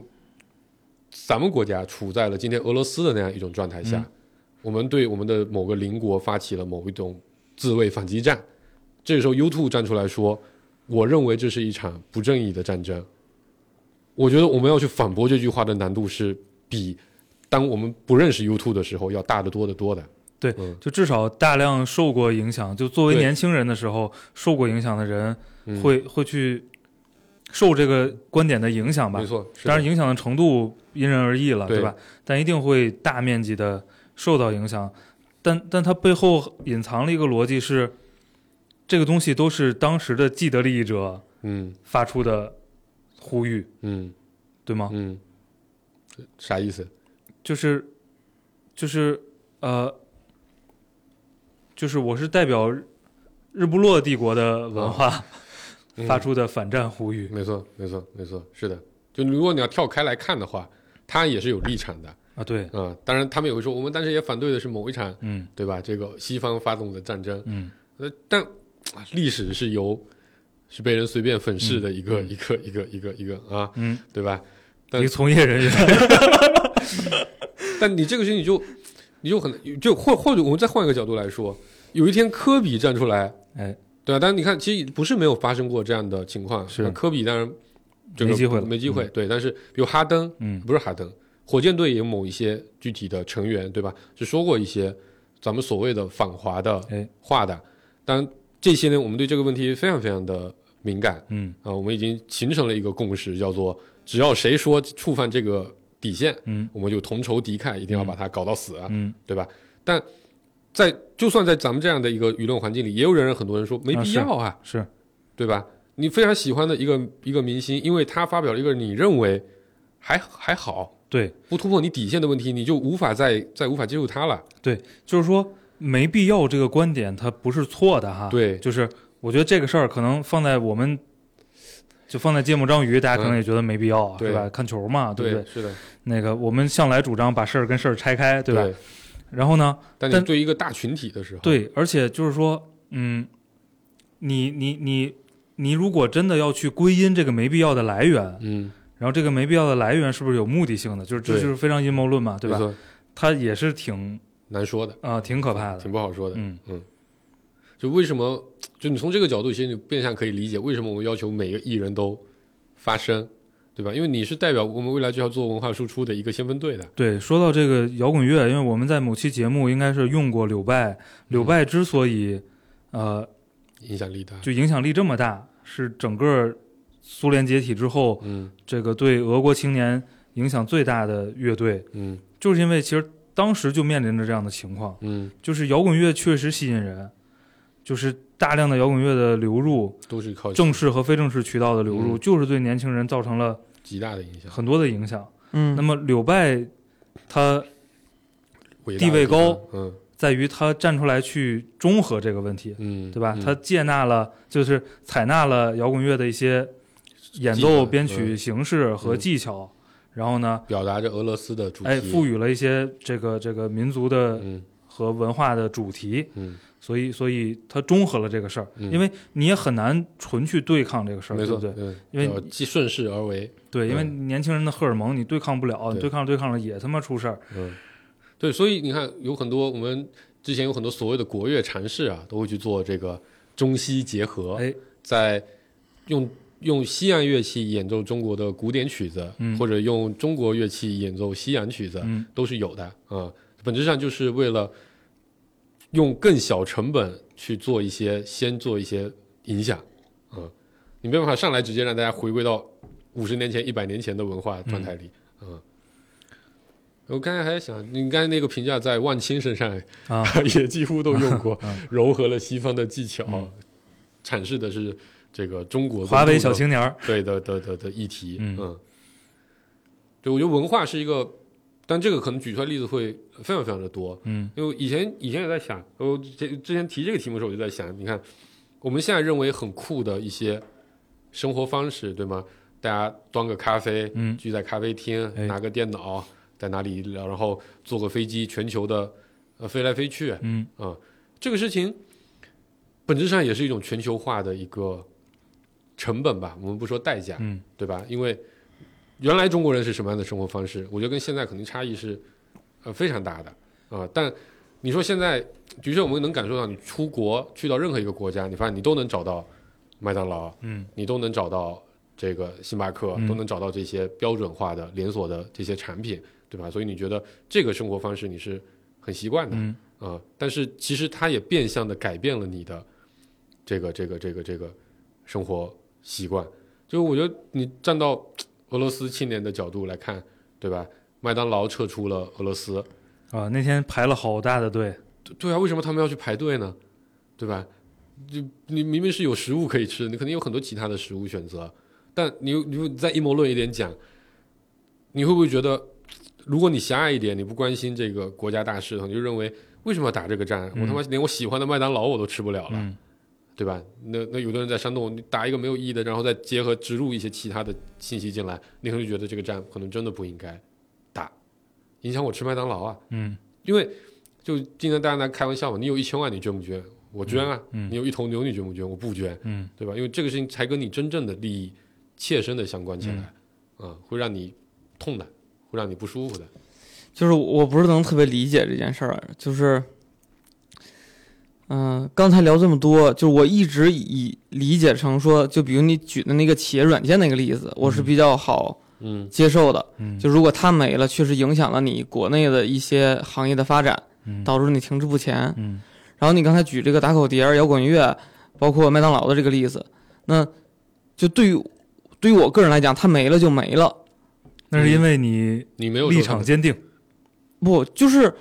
Speaker 5: 咱们国家处在了今天俄罗斯的那样一种状态
Speaker 4: 嗯
Speaker 5: 下，我们对我们的某个邻国发起了某一种自卫反击战，这时候 U2 站出来说，我认为这是一场不正义的战争。我觉得我们要去反驳这句话的难度是比当我们不认识 U2 的时候要大得多得多的。
Speaker 4: 对，
Speaker 5: 嗯
Speaker 4: 就至少大量受过影响，就作为
Speaker 5: 对
Speaker 4: 年轻人的时候受过影响的人
Speaker 5: 嗯
Speaker 4: 会、会去受这个观点的影响吧
Speaker 5: 没。错，是的
Speaker 4: 当然，影响的程度因人而异了，
Speaker 5: 对
Speaker 4: 对吧？但一定会大面积的受到影响。但但它背后隐藏了一个逻辑是，这个东西都是当时的既得利益者
Speaker 5: 嗯
Speaker 4: 发出的呼吁，
Speaker 5: 嗯
Speaker 4: 对吗？
Speaker 5: 嗯，
Speaker 4: 啊
Speaker 5: 啥意思？
Speaker 4: 就是就是呃，就是我是代表日不落帝国的文化、
Speaker 5: 嗯
Speaker 4: 发出的反战呼吁。
Speaker 5: 没错，没错，没错，是的。就如果你要跳开来看的话，他也是有立场的啊、
Speaker 4: 啊，对，
Speaker 5: 嗯当然，他们也会说，我们当时也反对的是某一场，
Speaker 4: 嗯
Speaker 5: 对吧？这个西方发动的战争，
Speaker 4: 嗯，
Speaker 5: 呃，但啊历史是由是被人随便粉饰的一个、一个一个一个一个啊，
Speaker 4: 嗯，
Speaker 5: 对吧？
Speaker 4: 一
Speaker 5: 但
Speaker 4: 个从业人员，
Speaker 5: 但你这个事情你就你就很就或或者我们再换一个角度来说，有一天科比站出来，
Speaker 4: 哎，
Speaker 5: 对啊，但是你看，其实不是没有发生过这样的情况。
Speaker 4: 是
Speaker 5: 那科比当然这个
Speaker 4: 没机会了
Speaker 5: 没机会。对，但是比如哈登，
Speaker 4: (laughs) 嗯
Speaker 5: 不是哈登，火箭队也有某一些具体的成员，对吧？是说过一些咱们所谓的反华的
Speaker 4: 哎
Speaker 5: 话的。当然，这些年我们对这个问题非常非常的敏感
Speaker 4: 嗯
Speaker 5: 啊，我们已经形成了一个共识，叫做只要谁说触犯这个底线，
Speaker 4: 嗯
Speaker 5: 我们就同仇敌忾，一定要把他搞到死啊。
Speaker 4: 嗯，
Speaker 5: 对吧？但在就算在咱们这样的一个舆论环境里，也有人很多人说没必要啊，
Speaker 4: 是
Speaker 5: 对吧？你非常喜欢的一个一个明星，因为他发表了一个你认为还还好
Speaker 4: 对，
Speaker 5: 不突破你底线的问题，你就无法再再无法接触他了。
Speaker 4: 就是说没必要这个观点，它不是错的哈。，
Speaker 5: 对，
Speaker 4: 就是我觉得这个事儿可能放在我们。就放在芥末章鱼，大家可能也觉得没必要啊，
Speaker 5: 对
Speaker 4: 是吧？看球嘛，对不
Speaker 5: 对，
Speaker 4: 对？
Speaker 5: 是的，
Speaker 4: 那个我们向来主张把事儿跟事儿拆开，对吧？
Speaker 5: 对
Speaker 4: 然后呢，
Speaker 5: 但你对一个大群体的时候，，
Speaker 4: 对，而且就是说，嗯，你你你你如果真的要去归因这个没必要的来源，
Speaker 5: 嗯，
Speaker 4: 然后这个没必要的来源是不是有目的性的？就是这
Speaker 5: 对
Speaker 4: 就是非常阴谋论嘛，对
Speaker 5: 没
Speaker 4: 吧？
Speaker 5: 错？
Speaker 4: 它也是挺
Speaker 5: 难说的，
Speaker 4: 啊、挺可怕的
Speaker 5: 挺。不好说的。
Speaker 4: 嗯
Speaker 5: 就为什么？就你从这个角度，其实你变相可以理解为什么我们要求每个艺人都发声，对吧？因为你是代表我们未来就要做文化输出的一个先锋队的。
Speaker 4: 对，说到这个摇滚乐，因为我们在某期节目应该是用过柳
Speaker 5: 嗯
Speaker 4: 拜，柳拜之所以、呃
Speaker 5: 影响力大。
Speaker 4: 就影响力这么大，是整个苏联解体之后
Speaker 5: 嗯
Speaker 4: 这个对俄国青年影响最大的乐队。
Speaker 5: 嗯
Speaker 4: 就是因为其实当时就面临着这样的情况，
Speaker 5: 嗯，
Speaker 4: 就是摇滚乐确实吸引人，就是大量的摇滚乐的流入，
Speaker 5: 都是靠
Speaker 4: 正式和非正式渠道的流入，
Speaker 5: 嗯
Speaker 4: 就是对年轻人造成了
Speaker 5: 极大的影响。
Speaker 4: 很多的影响。
Speaker 3: 嗯
Speaker 4: 那么柳拜它
Speaker 5: 伟大
Speaker 4: 地位高
Speaker 5: 的地嗯方，
Speaker 4: 在于它站出来去中和这个问题，
Speaker 5: 嗯嗯，
Speaker 4: 对吧
Speaker 5: 嗯？
Speaker 4: 它接纳了，就是采纳了摇滚乐的一些演
Speaker 5: 技
Speaker 4: 奏、
Speaker 5: 能
Speaker 4: 编曲形式和
Speaker 5: 嗯
Speaker 4: 技巧，然后呢，
Speaker 5: 表达着俄罗斯的主题，
Speaker 4: 哎，赋予了一些这个这个民族的
Speaker 5: 嗯
Speaker 4: 和文化的主题，
Speaker 5: 嗯，
Speaker 4: 所以所以它中和了这个事儿，
Speaker 5: 嗯
Speaker 4: 因为你也很难纯去对抗这个事儿，
Speaker 5: 没
Speaker 4: 对
Speaker 5: 错，
Speaker 4: 不对？
Speaker 5: 嗯，
Speaker 4: 因为
Speaker 5: 要既顺势而为，
Speaker 4: 对，因为
Speaker 5: 嗯
Speaker 4: 年轻人的荷尔蒙你对抗不了，你
Speaker 5: 对
Speaker 4: 对抗对抗了也他妈出事儿，
Speaker 5: 嗯，对，所以你看，有很多我们之前有很多所谓的国乐禅师啊，都会去做这个中西结合，
Speaker 4: 哎，
Speaker 5: 在用用西洋乐器演奏中国的古典曲子，
Speaker 4: 嗯
Speaker 5: 或者用中国乐器演奏西洋曲子，
Speaker 4: 嗯
Speaker 5: 都是有的啊、本质上就是为了用更小成本去做一些，先做一些影响啊、你没办法上来直接让大家回归到五十年前、一百年前的文化状态里啊、我刚才还在想，你刚才那个评价在万青身上
Speaker 4: 啊
Speaker 5: (laughs) 也几乎都用 (laughs) 过，
Speaker 4: 嗯
Speaker 5: 柔和了西方的技巧，
Speaker 4: 嗯
Speaker 5: 阐释的是这个中国的
Speaker 4: 华为
Speaker 5: 路
Speaker 4: 小
Speaker 5: 的
Speaker 4: 青年儿，
Speaker 5: 对的的的的议题，
Speaker 4: 嗯
Speaker 5: 对，我觉得文化是一个，但这个可能举出来例子会呃非常非常的多，
Speaker 4: 嗯
Speaker 5: 因为以前以前也在想，我之之前提这个题目的时候，我就在想，你看我们现在认为很酷的一些生活方式，对吗？大家端个咖啡，
Speaker 4: 嗯
Speaker 5: 聚在咖啡厅，
Speaker 4: 哎
Speaker 5: 拿个电脑在哪里聊，然后坐个飞机，全球的呃飞来飞去，
Speaker 4: 嗯，
Speaker 5: 啊，这个事情本质上也是一种全球化的一个成本吧，我们不说代价，
Speaker 4: 嗯，
Speaker 5: 对吧？因为原来中国人是什么样的生活方式，我觉得跟现在肯定差异是呃非常大的啊、但你说现在，的确我们能感受到，你出国去到任何一个国家，你发现你都能找到麦当劳，
Speaker 4: 嗯，
Speaker 5: 你都能找到这个星巴克，
Speaker 4: 嗯
Speaker 5: 都能找到这些标准化的连锁的这些产品，对吧？所以你觉得这个生活方式你是很习惯的，
Speaker 4: 嗯
Speaker 5: 啊，但是其实它也变相的改变了你的这个这个这个这个生活习惯。就我觉得你站到俄罗斯青年的角度来看，对吧？麦当劳撤出了俄罗斯，
Speaker 4: 啊，那天排了好大的队，
Speaker 5: 对对啊，为什么他们要去排队呢？对吧？就你明明是有食物可以吃，你肯定有很多其他的食物选择，但你又你又再阴谋论一点讲，你会不会觉得，如果你狭隘一点，你不关心这个国家大事的话，你就认为为什么要打这个战？我他妈连我喜欢的麦当劳我都吃不了了，
Speaker 4: 嗯
Speaker 5: 对吧？那那有的人在煽动，你打一个没有意义的，然后再结合植入一些其他的信息进来，你可能就觉得这个战可能真的不应该打，影响我吃麦当劳啊。
Speaker 4: 嗯，
Speaker 5: 因为就经常大家拿开玩笑嘛，你有一千万你捐不捐？我捐啊，
Speaker 4: 嗯嗯
Speaker 5: 你有一头牛你捐不捐？我不捐，
Speaker 4: 嗯，
Speaker 5: 对吧？因为这个事情才跟你真正的利益切身的相关起来，啊、
Speaker 4: 嗯
Speaker 5: 会让你痛的，会让你不舒服的，
Speaker 3: 就是我不是能特别理解这件事儿，就是，嗯、刚才聊这么多，就我一直以理解成说，就比如你举的那个企业软件那个例子，我是比较好
Speaker 5: 嗯
Speaker 3: 接受的。
Speaker 4: 嗯
Speaker 3: 就如果它没了，确实影响了你国内的一些行业的发展，
Speaker 4: 嗯
Speaker 3: 导致你停滞不前。
Speaker 4: 嗯
Speaker 3: 然后你刚才举这个打口碟儿、摇滚乐，包括麦当劳的这个例子，那就对于对于我个人来讲，它没了就没了。
Speaker 4: 那是因为你
Speaker 5: 你没有
Speaker 4: 立
Speaker 5: 受伤
Speaker 4: 场坚定，
Speaker 3: 不，就是，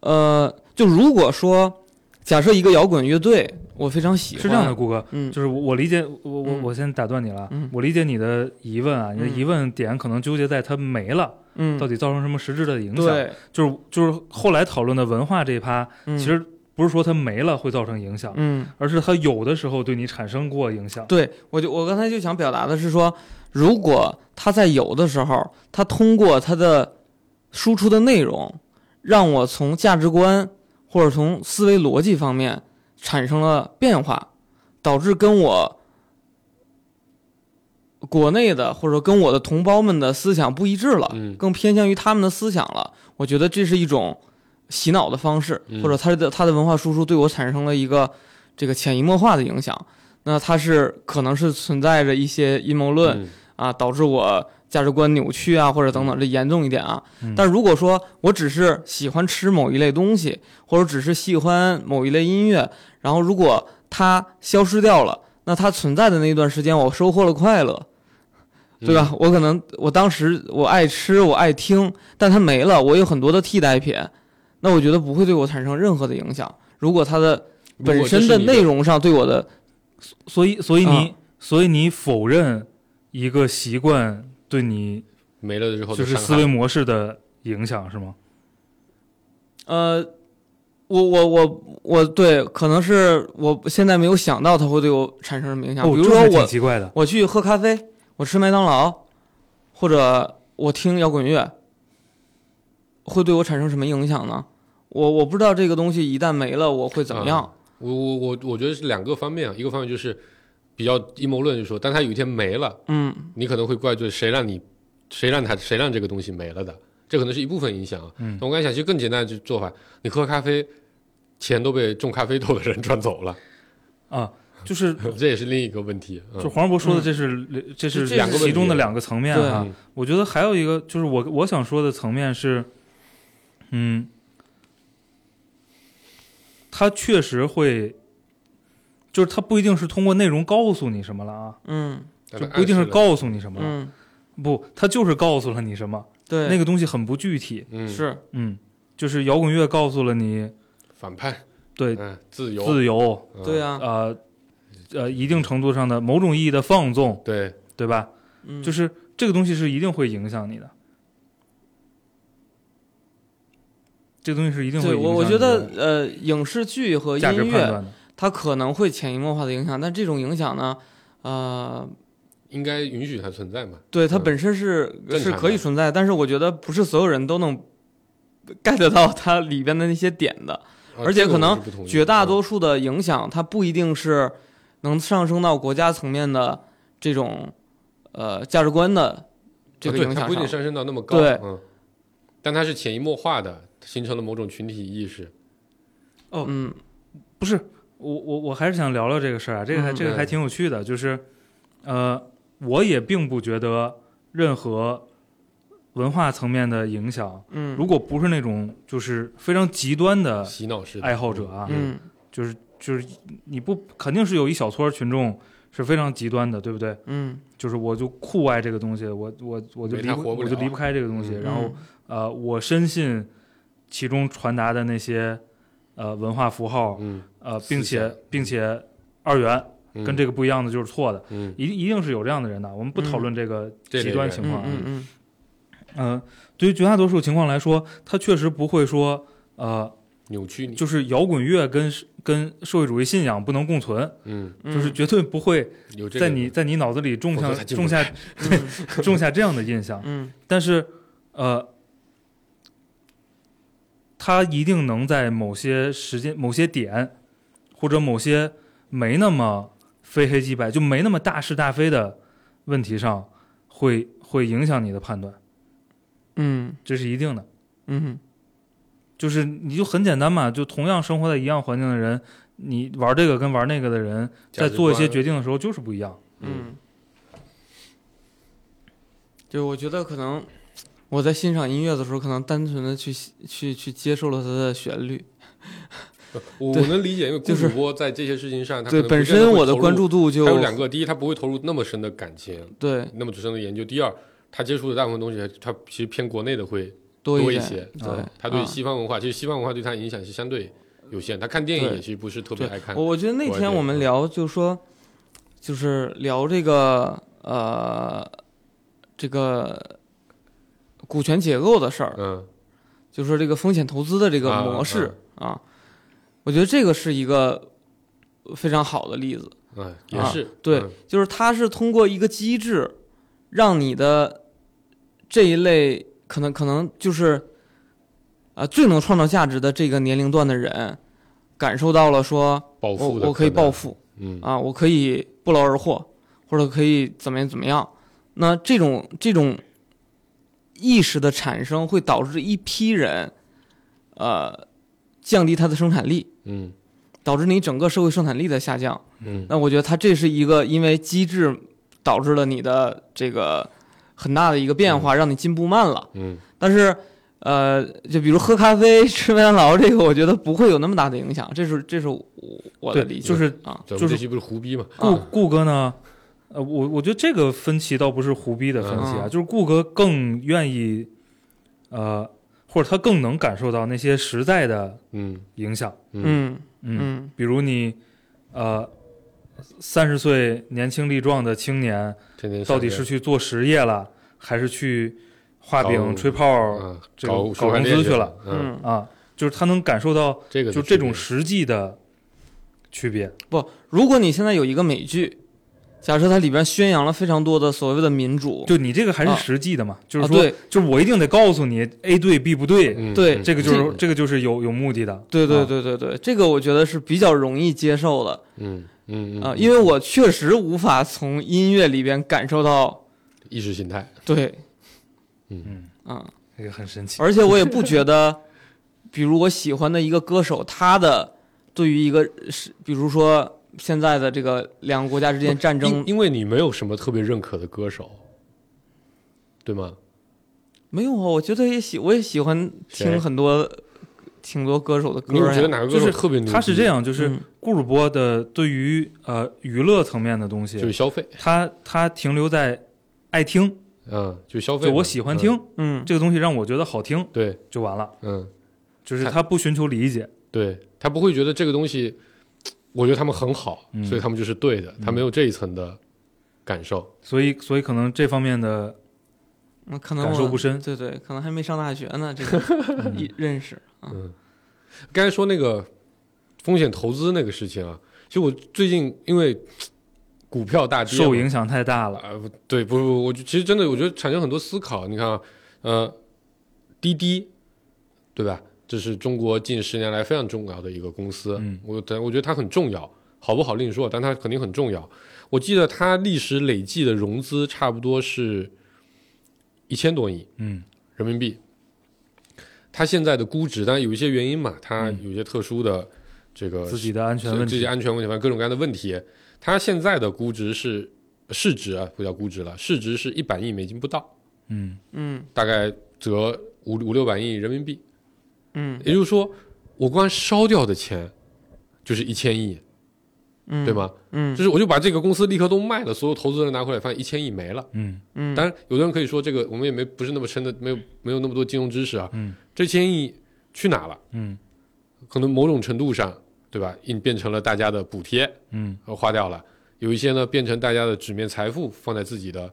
Speaker 3: 呃，就如果说，假设一个摇滚乐队，我非常喜欢，
Speaker 4: 是这样的，，顾哥，
Speaker 3: 嗯，
Speaker 4: 就是我我理解，我我
Speaker 3: 嗯
Speaker 4: 我先打断你了啊
Speaker 3: 嗯，
Speaker 4: 我理解你的疑问啊，你的
Speaker 3: 嗯
Speaker 4: 疑问点可能纠结在它没了，
Speaker 3: 嗯，
Speaker 4: 到底造成什么实质的影响？
Speaker 3: 对，
Speaker 4: 就是就是后来讨论的文化这一趴，
Speaker 3: 嗯
Speaker 4: 其，实不是说它没了会造成影响，
Speaker 3: 嗯，
Speaker 4: 而是它有的时候对你产生过影响。
Speaker 3: 对我就我刚才就想表达的是说，如果他在有的时候，他通过他的输出的内容，让我从价值观或者从思维逻辑方面产生了变化，导致跟我国内的或者说跟我的同胞们的思想不一致了，
Speaker 5: 嗯
Speaker 3: 更偏向于他们的思想了。我觉得这是一种洗脑的方式，
Speaker 5: 嗯
Speaker 3: 或者他的他的文化输出对我产生了一个这个潜移默化的影响。那它是可能是存在着一些阴谋论、
Speaker 5: 嗯
Speaker 3: 啊，导致我价值观扭曲啊，或者等等，这严重一点啊。
Speaker 4: 嗯
Speaker 3: 但如果说我只是喜欢吃某一类东西，或者只是喜欢某一类音乐，然后如果它消失掉了，那它存在的那一段时间，我收获了快乐，
Speaker 5: 嗯
Speaker 3: 对
Speaker 4: 啊
Speaker 3: 吧？？我可能我当时我爱吃，我爱听，但它没了，我有很多的替代品，那我觉得不会对我产生任何的影响。如果它的
Speaker 5: 如果
Speaker 3: 本
Speaker 5: 这
Speaker 3: 身
Speaker 5: 是
Speaker 3: 的
Speaker 5: 你
Speaker 3: 内容上对我的
Speaker 4: 所以所以
Speaker 3: 啊
Speaker 4: 你所以你否认一个习惯对你
Speaker 5: 没了之后
Speaker 4: 就
Speaker 5: 的
Speaker 4: 是
Speaker 5: 伤害
Speaker 4: 思维模式的影响是吗？
Speaker 3: 呃，我我我我对，可能是我现在没有想到它会对我产生什么影响。
Speaker 4: 哦
Speaker 3: 比如
Speaker 4: 这
Speaker 3: 说
Speaker 4: 还挺
Speaker 3: 我
Speaker 4: 奇怪的，
Speaker 3: 我去喝咖啡，我吃麦当劳，或者我听摇滚乐，会对我产生什么影响呢？我我不知道这个东西一旦没了我会怎么样。
Speaker 5: 我我我我觉得是两个方面啊，一个方面就是比较阴谋论，就说，但它有一天没了，
Speaker 3: 嗯
Speaker 5: 你可能会怪罪谁让你，谁让他，谁让这个东西没了的，这可能是一部分影响啊。
Speaker 4: 嗯
Speaker 5: 我刚才想，其实更简单的做法，你喝咖啡，钱都被种咖啡豆的人赚走了， (laughs)
Speaker 4: 啊，就是
Speaker 5: 这也是另一个问题。嗯
Speaker 4: 就黄世博说的，这是这是
Speaker 3: 这两个
Speaker 5: 问题
Speaker 4: 其中的两个层面
Speaker 3: 对
Speaker 4: 哈。我觉得还有一个就是我我想说的层面是，嗯，它确实会，就是它不一定是通过内容告诉你什么了啊，
Speaker 3: 嗯
Speaker 5: 但
Speaker 4: 就
Speaker 5: 它
Speaker 4: 不一定是
Speaker 5: 暗示了，
Speaker 4: 告诉你什么了，
Speaker 3: 嗯，
Speaker 4: 不，它就是告诉了你什么，
Speaker 3: 对，
Speaker 4: 那个东西很不具体，
Speaker 5: 嗯，
Speaker 3: 是
Speaker 4: 嗯，就是摇滚乐告诉了你
Speaker 5: 反叛，
Speaker 4: 对
Speaker 5: 嗯，自由，
Speaker 4: 自由，
Speaker 5: 嗯
Speaker 3: 对，啊，
Speaker 4: 呃呃，一定程度上的某种意义的放纵，
Speaker 5: 对，
Speaker 4: 对吧？
Speaker 3: 嗯
Speaker 4: 就是这个东西是一定会影响你的，这个东西是一定会
Speaker 3: 对
Speaker 4: 影响
Speaker 3: 我我
Speaker 4: 你
Speaker 3: 觉
Speaker 4: 的
Speaker 3: 得呃，影视剧和
Speaker 4: 价值
Speaker 3: 音
Speaker 4: 判
Speaker 3: 乐
Speaker 4: 断的，
Speaker 3: 它可能会潜移默化的影响，但这种影响呢，呃，
Speaker 5: 应该允许它存在嘛。
Speaker 3: 对它
Speaker 5: 嗯
Speaker 3: 本身是
Speaker 5: 正
Speaker 3: 是
Speaker 5: 常
Speaker 3: 可以
Speaker 5: 的
Speaker 3: 存在，但是我觉得不是所有人都能 get 到它里边的那些点的。
Speaker 5: 啊
Speaker 3: 而且
Speaker 5: 这个
Speaker 3: 可能
Speaker 5: 我是不同意
Speaker 3: 绝大多
Speaker 5: 嗯
Speaker 3: 数的影响，它不一定是能上升到国家层面的这种呃价值观的这个
Speaker 5: 啊对
Speaker 3: 影
Speaker 5: 它
Speaker 3: 响
Speaker 5: 不一定
Speaker 3: 上。
Speaker 5: 上升到那么高，
Speaker 3: 对
Speaker 5: 嗯，但它是潜移默化的，形成了某种群体意识。
Speaker 3: 嗯
Speaker 4: 不是我我我还是想聊聊这个事儿啊，这个还
Speaker 3: 嗯
Speaker 4: 这个还
Speaker 5: 对
Speaker 4: 挺有趣的，就是呃，我也并不觉得任何文化层面的影响，
Speaker 3: 嗯
Speaker 4: 如果不是那种就是非常极端的
Speaker 5: 洗脑式的
Speaker 4: 爱好者，啊，
Speaker 3: 嗯
Speaker 4: 就是就是你不肯定是有一小撮群众是非常极端的，对不对？
Speaker 3: 嗯，
Speaker 4: 就是我就酷爱这个东西，我我我就
Speaker 5: 没
Speaker 4: 离
Speaker 5: 他活不
Speaker 4: 我就
Speaker 5: 了
Speaker 4: 离不开这个东西。
Speaker 5: 嗯
Speaker 4: 然后呃，我深信其中传达的那些呃文化符号，
Speaker 5: 嗯，
Speaker 4: 呃，
Speaker 5: 思
Speaker 4: 并且
Speaker 5: 想
Speaker 4: 并且二元
Speaker 5: 嗯
Speaker 4: 跟这个不一样的就是错的，
Speaker 5: 嗯
Speaker 4: 一定一定是有这样的人的。我们不讨论这个
Speaker 5: 这
Speaker 4: 极
Speaker 5: 类
Speaker 4: 端
Speaker 5: 人
Speaker 4: 情
Speaker 3: 嗯
Speaker 4: 况啊。
Speaker 3: 嗯嗯
Speaker 4: 嗯，对于绝大多数情况来说，他确实不会说呃，
Speaker 5: 扭曲你，
Speaker 4: 就是摇滚乐跟跟社会主义信仰不能共存，
Speaker 5: 嗯，
Speaker 3: 嗯，
Speaker 4: 就是绝对不会
Speaker 5: 有这个
Speaker 4: 在你在你脑子里种
Speaker 5: 否则
Speaker 4: 下
Speaker 5: 他进不
Speaker 4: 种下
Speaker 3: 嗯
Speaker 4: 种下这样的印象。
Speaker 3: 嗯
Speaker 4: 但是呃，它一定能在某些时间、某些点，或者某些没那么非黑即白、就没那么大是大非的问题上，会会影响你的判断，
Speaker 3: 嗯
Speaker 4: 这是一定的。
Speaker 3: 嗯
Speaker 4: 就是你就很简单嘛，就同样生活在一样环境的人，你玩这个跟玩那个的人，在做一些决定的时候就是不一样。
Speaker 3: 嗯，就是我觉得可能我在欣赏音乐的时候，可能单纯的去去去接受了它的旋律，
Speaker 5: 我
Speaker 3: 对
Speaker 5: 我能理解，因为
Speaker 3: 就
Speaker 5: 顾
Speaker 3: 是
Speaker 5: 主播在这些事情上，他
Speaker 3: 对
Speaker 5: 可能不
Speaker 3: 本
Speaker 5: 见得
Speaker 3: 身
Speaker 5: 会
Speaker 3: 我的
Speaker 5: 投入
Speaker 3: 关注度就
Speaker 5: 还有两个，第一，他不会投入那么深的感情，
Speaker 3: 对
Speaker 5: 那么深的研究；第二，他接触的大部分东西，他其实偏国内的会
Speaker 3: 多一
Speaker 5: 一
Speaker 3: 点，
Speaker 5: 些。
Speaker 3: 对
Speaker 4: 啊，
Speaker 5: 他对
Speaker 3: 啊
Speaker 5: 西方文化，其实西方文化对他影响是相对有限。他看电影
Speaker 3: 对
Speaker 5: 也其实不是特别
Speaker 3: 对
Speaker 5: 爱看
Speaker 3: 我。我觉得那
Speaker 5: 国外
Speaker 3: 天
Speaker 5: 电
Speaker 3: 我
Speaker 5: 影
Speaker 3: 们
Speaker 5: 嗯
Speaker 3: 聊就说，就是聊这个呃这个股权结构的事儿，
Speaker 5: 嗯，
Speaker 3: 就说这个风险投资的这个
Speaker 5: 啊
Speaker 3: 模式啊我觉得这个是一个非常好的例子。
Speaker 5: 嗯，也
Speaker 3: 啊
Speaker 5: 是
Speaker 3: 对
Speaker 5: 嗯
Speaker 3: 就是它是通过一个机制，让你的这一类可能可能就是啊、最能创造价值的这个年龄段的人，感受到了说
Speaker 5: 暴
Speaker 3: 我
Speaker 5: 富的，
Speaker 3: 我可以暴，富，
Speaker 5: 嗯，
Speaker 3: 啊，我可以不劳而获，或者可以怎么样怎么样。那这种这种意识的产生，会导致一批人，呃，降低他的生产力，
Speaker 5: 嗯
Speaker 3: 导致你整个社会生产力的下降。
Speaker 5: 嗯，
Speaker 3: 那我觉得它这是一个因为机制导致了你的这个很大的一个变化，让你进步慢了。
Speaker 5: 嗯，
Speaker 3: 但是，呃，就比如喝咖啡、吃麦当劳这个，我觉得不会有那么大的影响。这是这是我我的理
Speaker 4: 对，
Speaker 3: 解。
Speaker 4: 就是
Speaker 3: 啊，
Speaker 5: 咱
Speaker 4: 就
Speaker 5: 们
Speaker 4: 是
Speaker 5: 这期不是胡逼嘛？
Speaker 4: 顾
Speaker 3: 啊
Speaker 4: 顾哥呢，呃，我我觉得这个分歧倒不是胡逼的分歧啊，
Speaker 3: 嗯
Speaker 4: 就是顾哥更愿意，呃，或者他更能感受到那些实在的
Speaker 5: 嗯
Speaker 4: 影响，
Speaker 5: 嗯
Speaker 3: 嗯
Speaker 4: 嗯，
Speaker 3: 嗯
Speaker 4: 比如你，呃，三十岁年轻力壮的青年，
Speaker 5: 天天
Speaker 4: 到
Speaker 5: 上
Speaker 4: 底
Speaker 5: 街
Speaker 4: 是去做实业了，还是去画
Speaker 3: 哦
Speaker 5: 搞
Speaker 4: 饼、吹泡
Speaker 5: 嗯，
Speaker 4: 这个
Speaker 5: 搞
Speaker 4: 搞
Speaker 5: 区块
Speaker 4: 融
Speaker 5: 链
Speaker 4: 资去
Speaker 5: 了
Speaker 4: 了，
Speaker 5: 嗯，
Speaker 3: 嗯，
Speaker 4: 啊，就是他能感受到
Speaker 5: 这个
Speaker 4: 就
Speaker 5: 的
Speaker 4: 这
Speaker 5: 区别
Speaker 4: 种实际的区别。
Speaker 3: 不，如果你现在有一个美剧，假设它里边宣扬了非常多的所谓的民主，
Speaker 4: 就你这个还是
Speaker 3: 啊
Speaker 4: 实际的嘛，就
Speaker 3: 啊
Speaker 4: 是说，
Speaker 3: 对
Speaker 4: 就是我一定得告诉你 A 对 B 不对，
Speaker 5: 嗯
Speaker 3: 对
Speaker 5: 嗯
Speaker 4: 这个就是
Speaker 5: 嗯
Speaker 4: 这个就是有有目的的。
Speaker 3: 对
Speaker 4: 啊
Speaker 3: 对对对对，这个我觉得是比较容易接受的
Speaker 5: 嗯嗯嗯
Speaker 3: 啊，
Speaker 5: 嗯
Speaker 3: 因为我确实无法从音乐里边感受到
Speaker 5: 意识形态，
Speaker 3: 对
Speaker 4: 嗯，
Speaker 3: 啊，
Speaker 4: 这个很神奇。
Speaker 3: 而且我也不觉得，比如我喜欢的一个歌手，他的对于一个是，比如说现在的这个两个国家之间战争
Speaker 5: 因，因为你没有什么特别认可的歌手，对吗？
Speaker 3: 没有啊，我觉得也喜，我也喜欢
Speaker 5: 谁
Speaker 3: 听很多挺多歌手的歌
Speaker 5: 你有觉得
Speaker 3: 呀，
Speaker 5: 哪个
Speaker 4: 就
Speaker 5: 歌
Speaker 4: 是
Speaker 5: 手特别牛逼？
Speaker 4: 他是这样，就是
Speaker 3: 嗯
Speaker 4: 顾主播的对于呃娱乐层面的东
Speaker 5: 就是
Speaker 4: 西，
Speaker 5: 消费，
Speaker 4: 他他停留在爱听，
Speaker 5: 嗯，就是消费
Speaker 4: 就
Speaker 5: 嘛，
Speaker 4: 我喜欢
Speaker 5: 嗯，
Speaker 4: 听
Speaker 3: 嗯，
Speaker 4: 这个东西让我觉得好听
Speaker 5: 对，
Speaker 4: 就完了，
Speaker 5: 嗯，
Speaker 4: 就是
Speaker 5: 看
Speaker 4: 他不寻求理解。
Speaker 5: 对他不会觉得这个东西，我觉得他们很好，
Speaker 4: 嗯
Speaker 5: 所以他们就是对的，他没有这一层的感受。
Speaker 4: 所以，所以可能这方面的
Speaker 3: 那可能
Speaker 4: 感受
Speaker 3: 我
Speaker 4: 不深。
Speaker 3: 对对，可能还没上大学呢，这
Speaker 4: (laughs)
Speaker 3: 个一认识啊，
Speaker 4: 嗯
Speaker 5: 刚才说那个风险投资那个事情啊，其实我最近因为股票大跌嘛，
Speaker 4: 受影响太大了。
Speaker 5: 啊、不对，不不，我就其实真的，我觉得产生很多思考。你看啊，呃，滴滴，对吧？这是中国近十年来非常重要的一个公司。
Speaker 4: 嗯
Speaker 5: 我但我觉得它很重要，好不好另说，但它肯定很重要。我记得它历史累计的融资差不多是一千多亿，
Speaker 4: 嗯
Speaker 5: 人民币。它现在的估值，当然有一些原因嘛，它有一些特殊的这个
Speaker 4: 自己的安全问题
Speaker 5: 自己安全问题，反正各种各样的问题。它现在的估值是市值啊，不叫估值了，市值是一百亿美金不到，
Speaker 4: 嗯，
Speaker 3: 嗯
Speaker 5: 大概折五五六百亿人民币。
Speaker 3: 嗯
Speaker 5: 也就是说，我光烧掉的钱就是一千亿，
Speaker 3: 嗯，
Speaker 5: 对？吗？
Speaker 3: 嗯
Speaker 5: 就是我就把这个公司立刻都卖了，所有投资人拿回来，发现一千亿没了。
Speaker 4: 嗯，
Speaker 3: 嗯，
Speaker 5: 当然，有的人可以说这个我们也没不是那么深的，没有没有那么多金融知识啊。
Speaker 4: 嗯，
Speaker 5: 这千亿去哪了？
Speaker 4: 嗯，
Speaker 5: 可能某种程度上，对吧？印变成了大家的补贴，呃
Speaker 4: 嗯，
Speaker 5: 花掉了；有一些呢，变成大家的纸面财富，放在自己的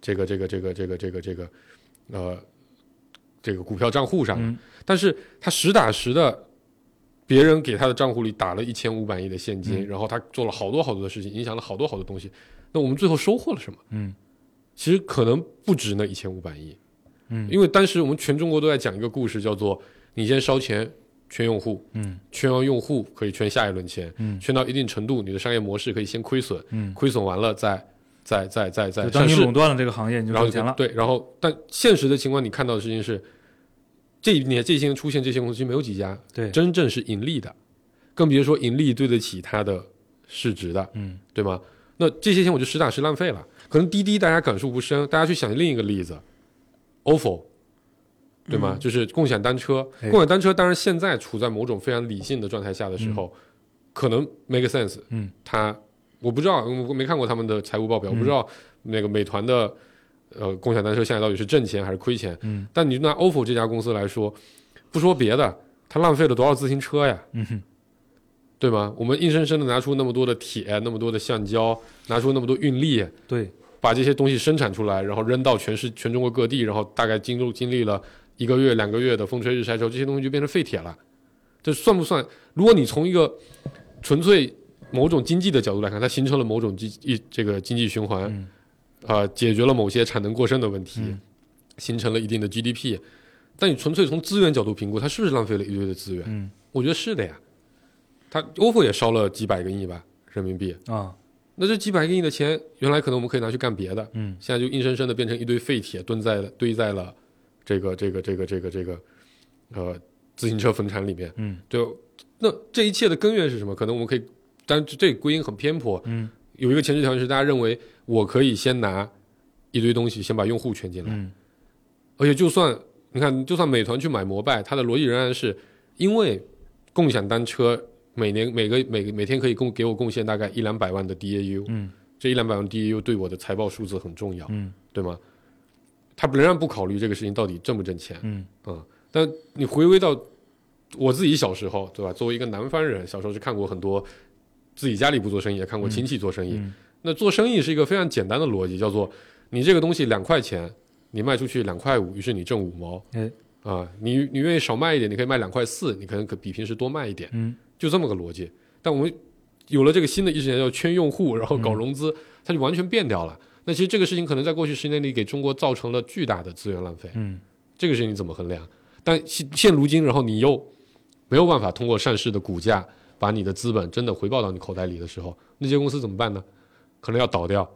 Speaker 5: 这个这个这个这个这个这个呃这个股票账户上了。
Speaker 4: 嗯
Speaker 5: 但是他实打实的，别人给他的账户里打了一千五百亿的现
Speaker 4: 嗯
Speaker 5: 金，然后他做了好多好多的事情，影响了好多好多东西。那我们最后收获了什么？
Speaker 4: 嗯，
Speaker 5: 其实可能不值那一千五百亿。
Speaker 4: 嗯
Speaker 5: 因为当时我们全中国都在讲一个故事，叫做“你先烧钱圈用户，
Speaker 4: 嗯，
Speaker 5: 圈完用户可以圈下一轮钱，
Speaker 4: 嗯
Speaker 5: 圈到一定程度，你的商业模式可以先亏损，
Speaker 4: 嗯
Speaker 5: 亏损完了再再再再再
Speaker 4: 就
Speaker 5: 上
Speaker 4: 当你
Speaker 5: 市，
Speaker 4: 垄断了这个行业，你就
Speaker 5: 然后
Speaker 4: 挣钱了。
Speaker 5: 对，然后但现实的情况，你看到的事情是，这一年这些年出现这些公司没有几家
Speaker 4: 对，
Speaker 5: 真正是盈利的，更别说盈利对得起它的市值的，
Speaker 4: 嗯，
Speaker 5: 对吗？那这些钱我就实打实浪费了。可能滴滴大家感受不深，大家去想另一个例子，ofo，对吗？就是共享单车。
Speaker 4: 嗯哎
Speaker 5: 共享单车当然现在处在某种非常理性的状态下的时候，可能 make sense。
Speaker 4: 嗯，
Speaker 5: 它我不知道，我没看过他们的财务报表，我不知道那个美团的呃共享单车现在到底是挣钱还是亏钱。
Speaker 4: 嗯，
Speaker 5: 但你拿 ofo 这家公司来说，不说别的，它浪费了多少自行车呀？
Speaker 4: 嗯哼，
Speaker 5: 对吗？我们硬生生的拿出那么多的铁，那么多的橡胶，拿出那么多运力，
Speaker 4: 对，
Speaker 5: 把这些东西生产出来，然后扔到全市全中国各地，然后大概经历经历了一个月、两个月的风吹日晒之后，这些东西就变成废铁了。这算不算？如果你从一个纯粹某种经济的角度来看，它形成了某种经一这个经济循环，
Speaker 4: 嗯
Speaker 5: 呃，解决了某些产能过剩的问题，
Speaker 4: 嗯
Speaker 5: 形成了一定的 GDP。但你纯粹从资源角度评估，它是不是浪费了一堆的资源？
Speaker 4: 嗯
Speaker 5: 我觉得是的呀。它 OFO 也烧了几百个亿吧人民币，
Speaker 4: 啊，
Speaker 5: 那这几百个亿的钱，原来可能我们可以拿去干别的，
Speaker 4: 嗯
Speaker 5: 现在就硬生生的变成一堆废铁蹲在了堆在了这个这个这个这个这个呃自行车坟场里面。
Speaker 4: 嗯
Speaker 5: 对，那这一切的根源是什么？可能我们可以，当然这这归因很偏颇，
Speaker 4: 嗯
Speaker 5: 有一个前置条件是大家认为我可以先拿一堆东西先把用户圈进来，
Speaker 4: 嗯
Speaker 5: 而且就算你看，就算美团去买摩拜，它的逻辑仍然是因为共享单车每年每个每个每天可以贡给我贡献大概一两百万的 DAU，
Speaker 4: 嗯，
Speaker 5: 这一两百万 DAU 对我的财报数字很重要，
Speaker 4: 嗯
Speaker 5: 对吗？他仍然不考虑这个事情到底挣不挣钱，
Speaker 4: 嗯
Speaker 5: 嗯，但你回归到我自己小时候，对吧？作为一个南方人，小时候是看过很多自己家里不做生意，也看过亲戚做生意。
Speaker 4: 嗯
Speaker 5: 那做生意是一个非常简单的逻辑，叫做你这个东西两块钱，你卖出去两块五，于是你挣五毛，
Speaker 4: 哎，
Speaker 5: 啊，你你愿意少卖一点，你可以卖两块四，你可能可比平时多卖一点，
Speaker 4: 嗯，
Speaker 5: 就这么个逻辑。但我们有了这个新的意识形态，叫圈用户，然后搞融资，它就完全变掉了。那其实这个事情可能在过去十年里给中国造成了巨大的资源浪费，
Speaker 4: 嗯，
Speaker 5: 这个事情你怎么衡量？但现现如今，然后你又没有办法通过上市的股价把你的资本真的回报到你口袋里的时候，那些公司怎么办呢？可能要倒掉，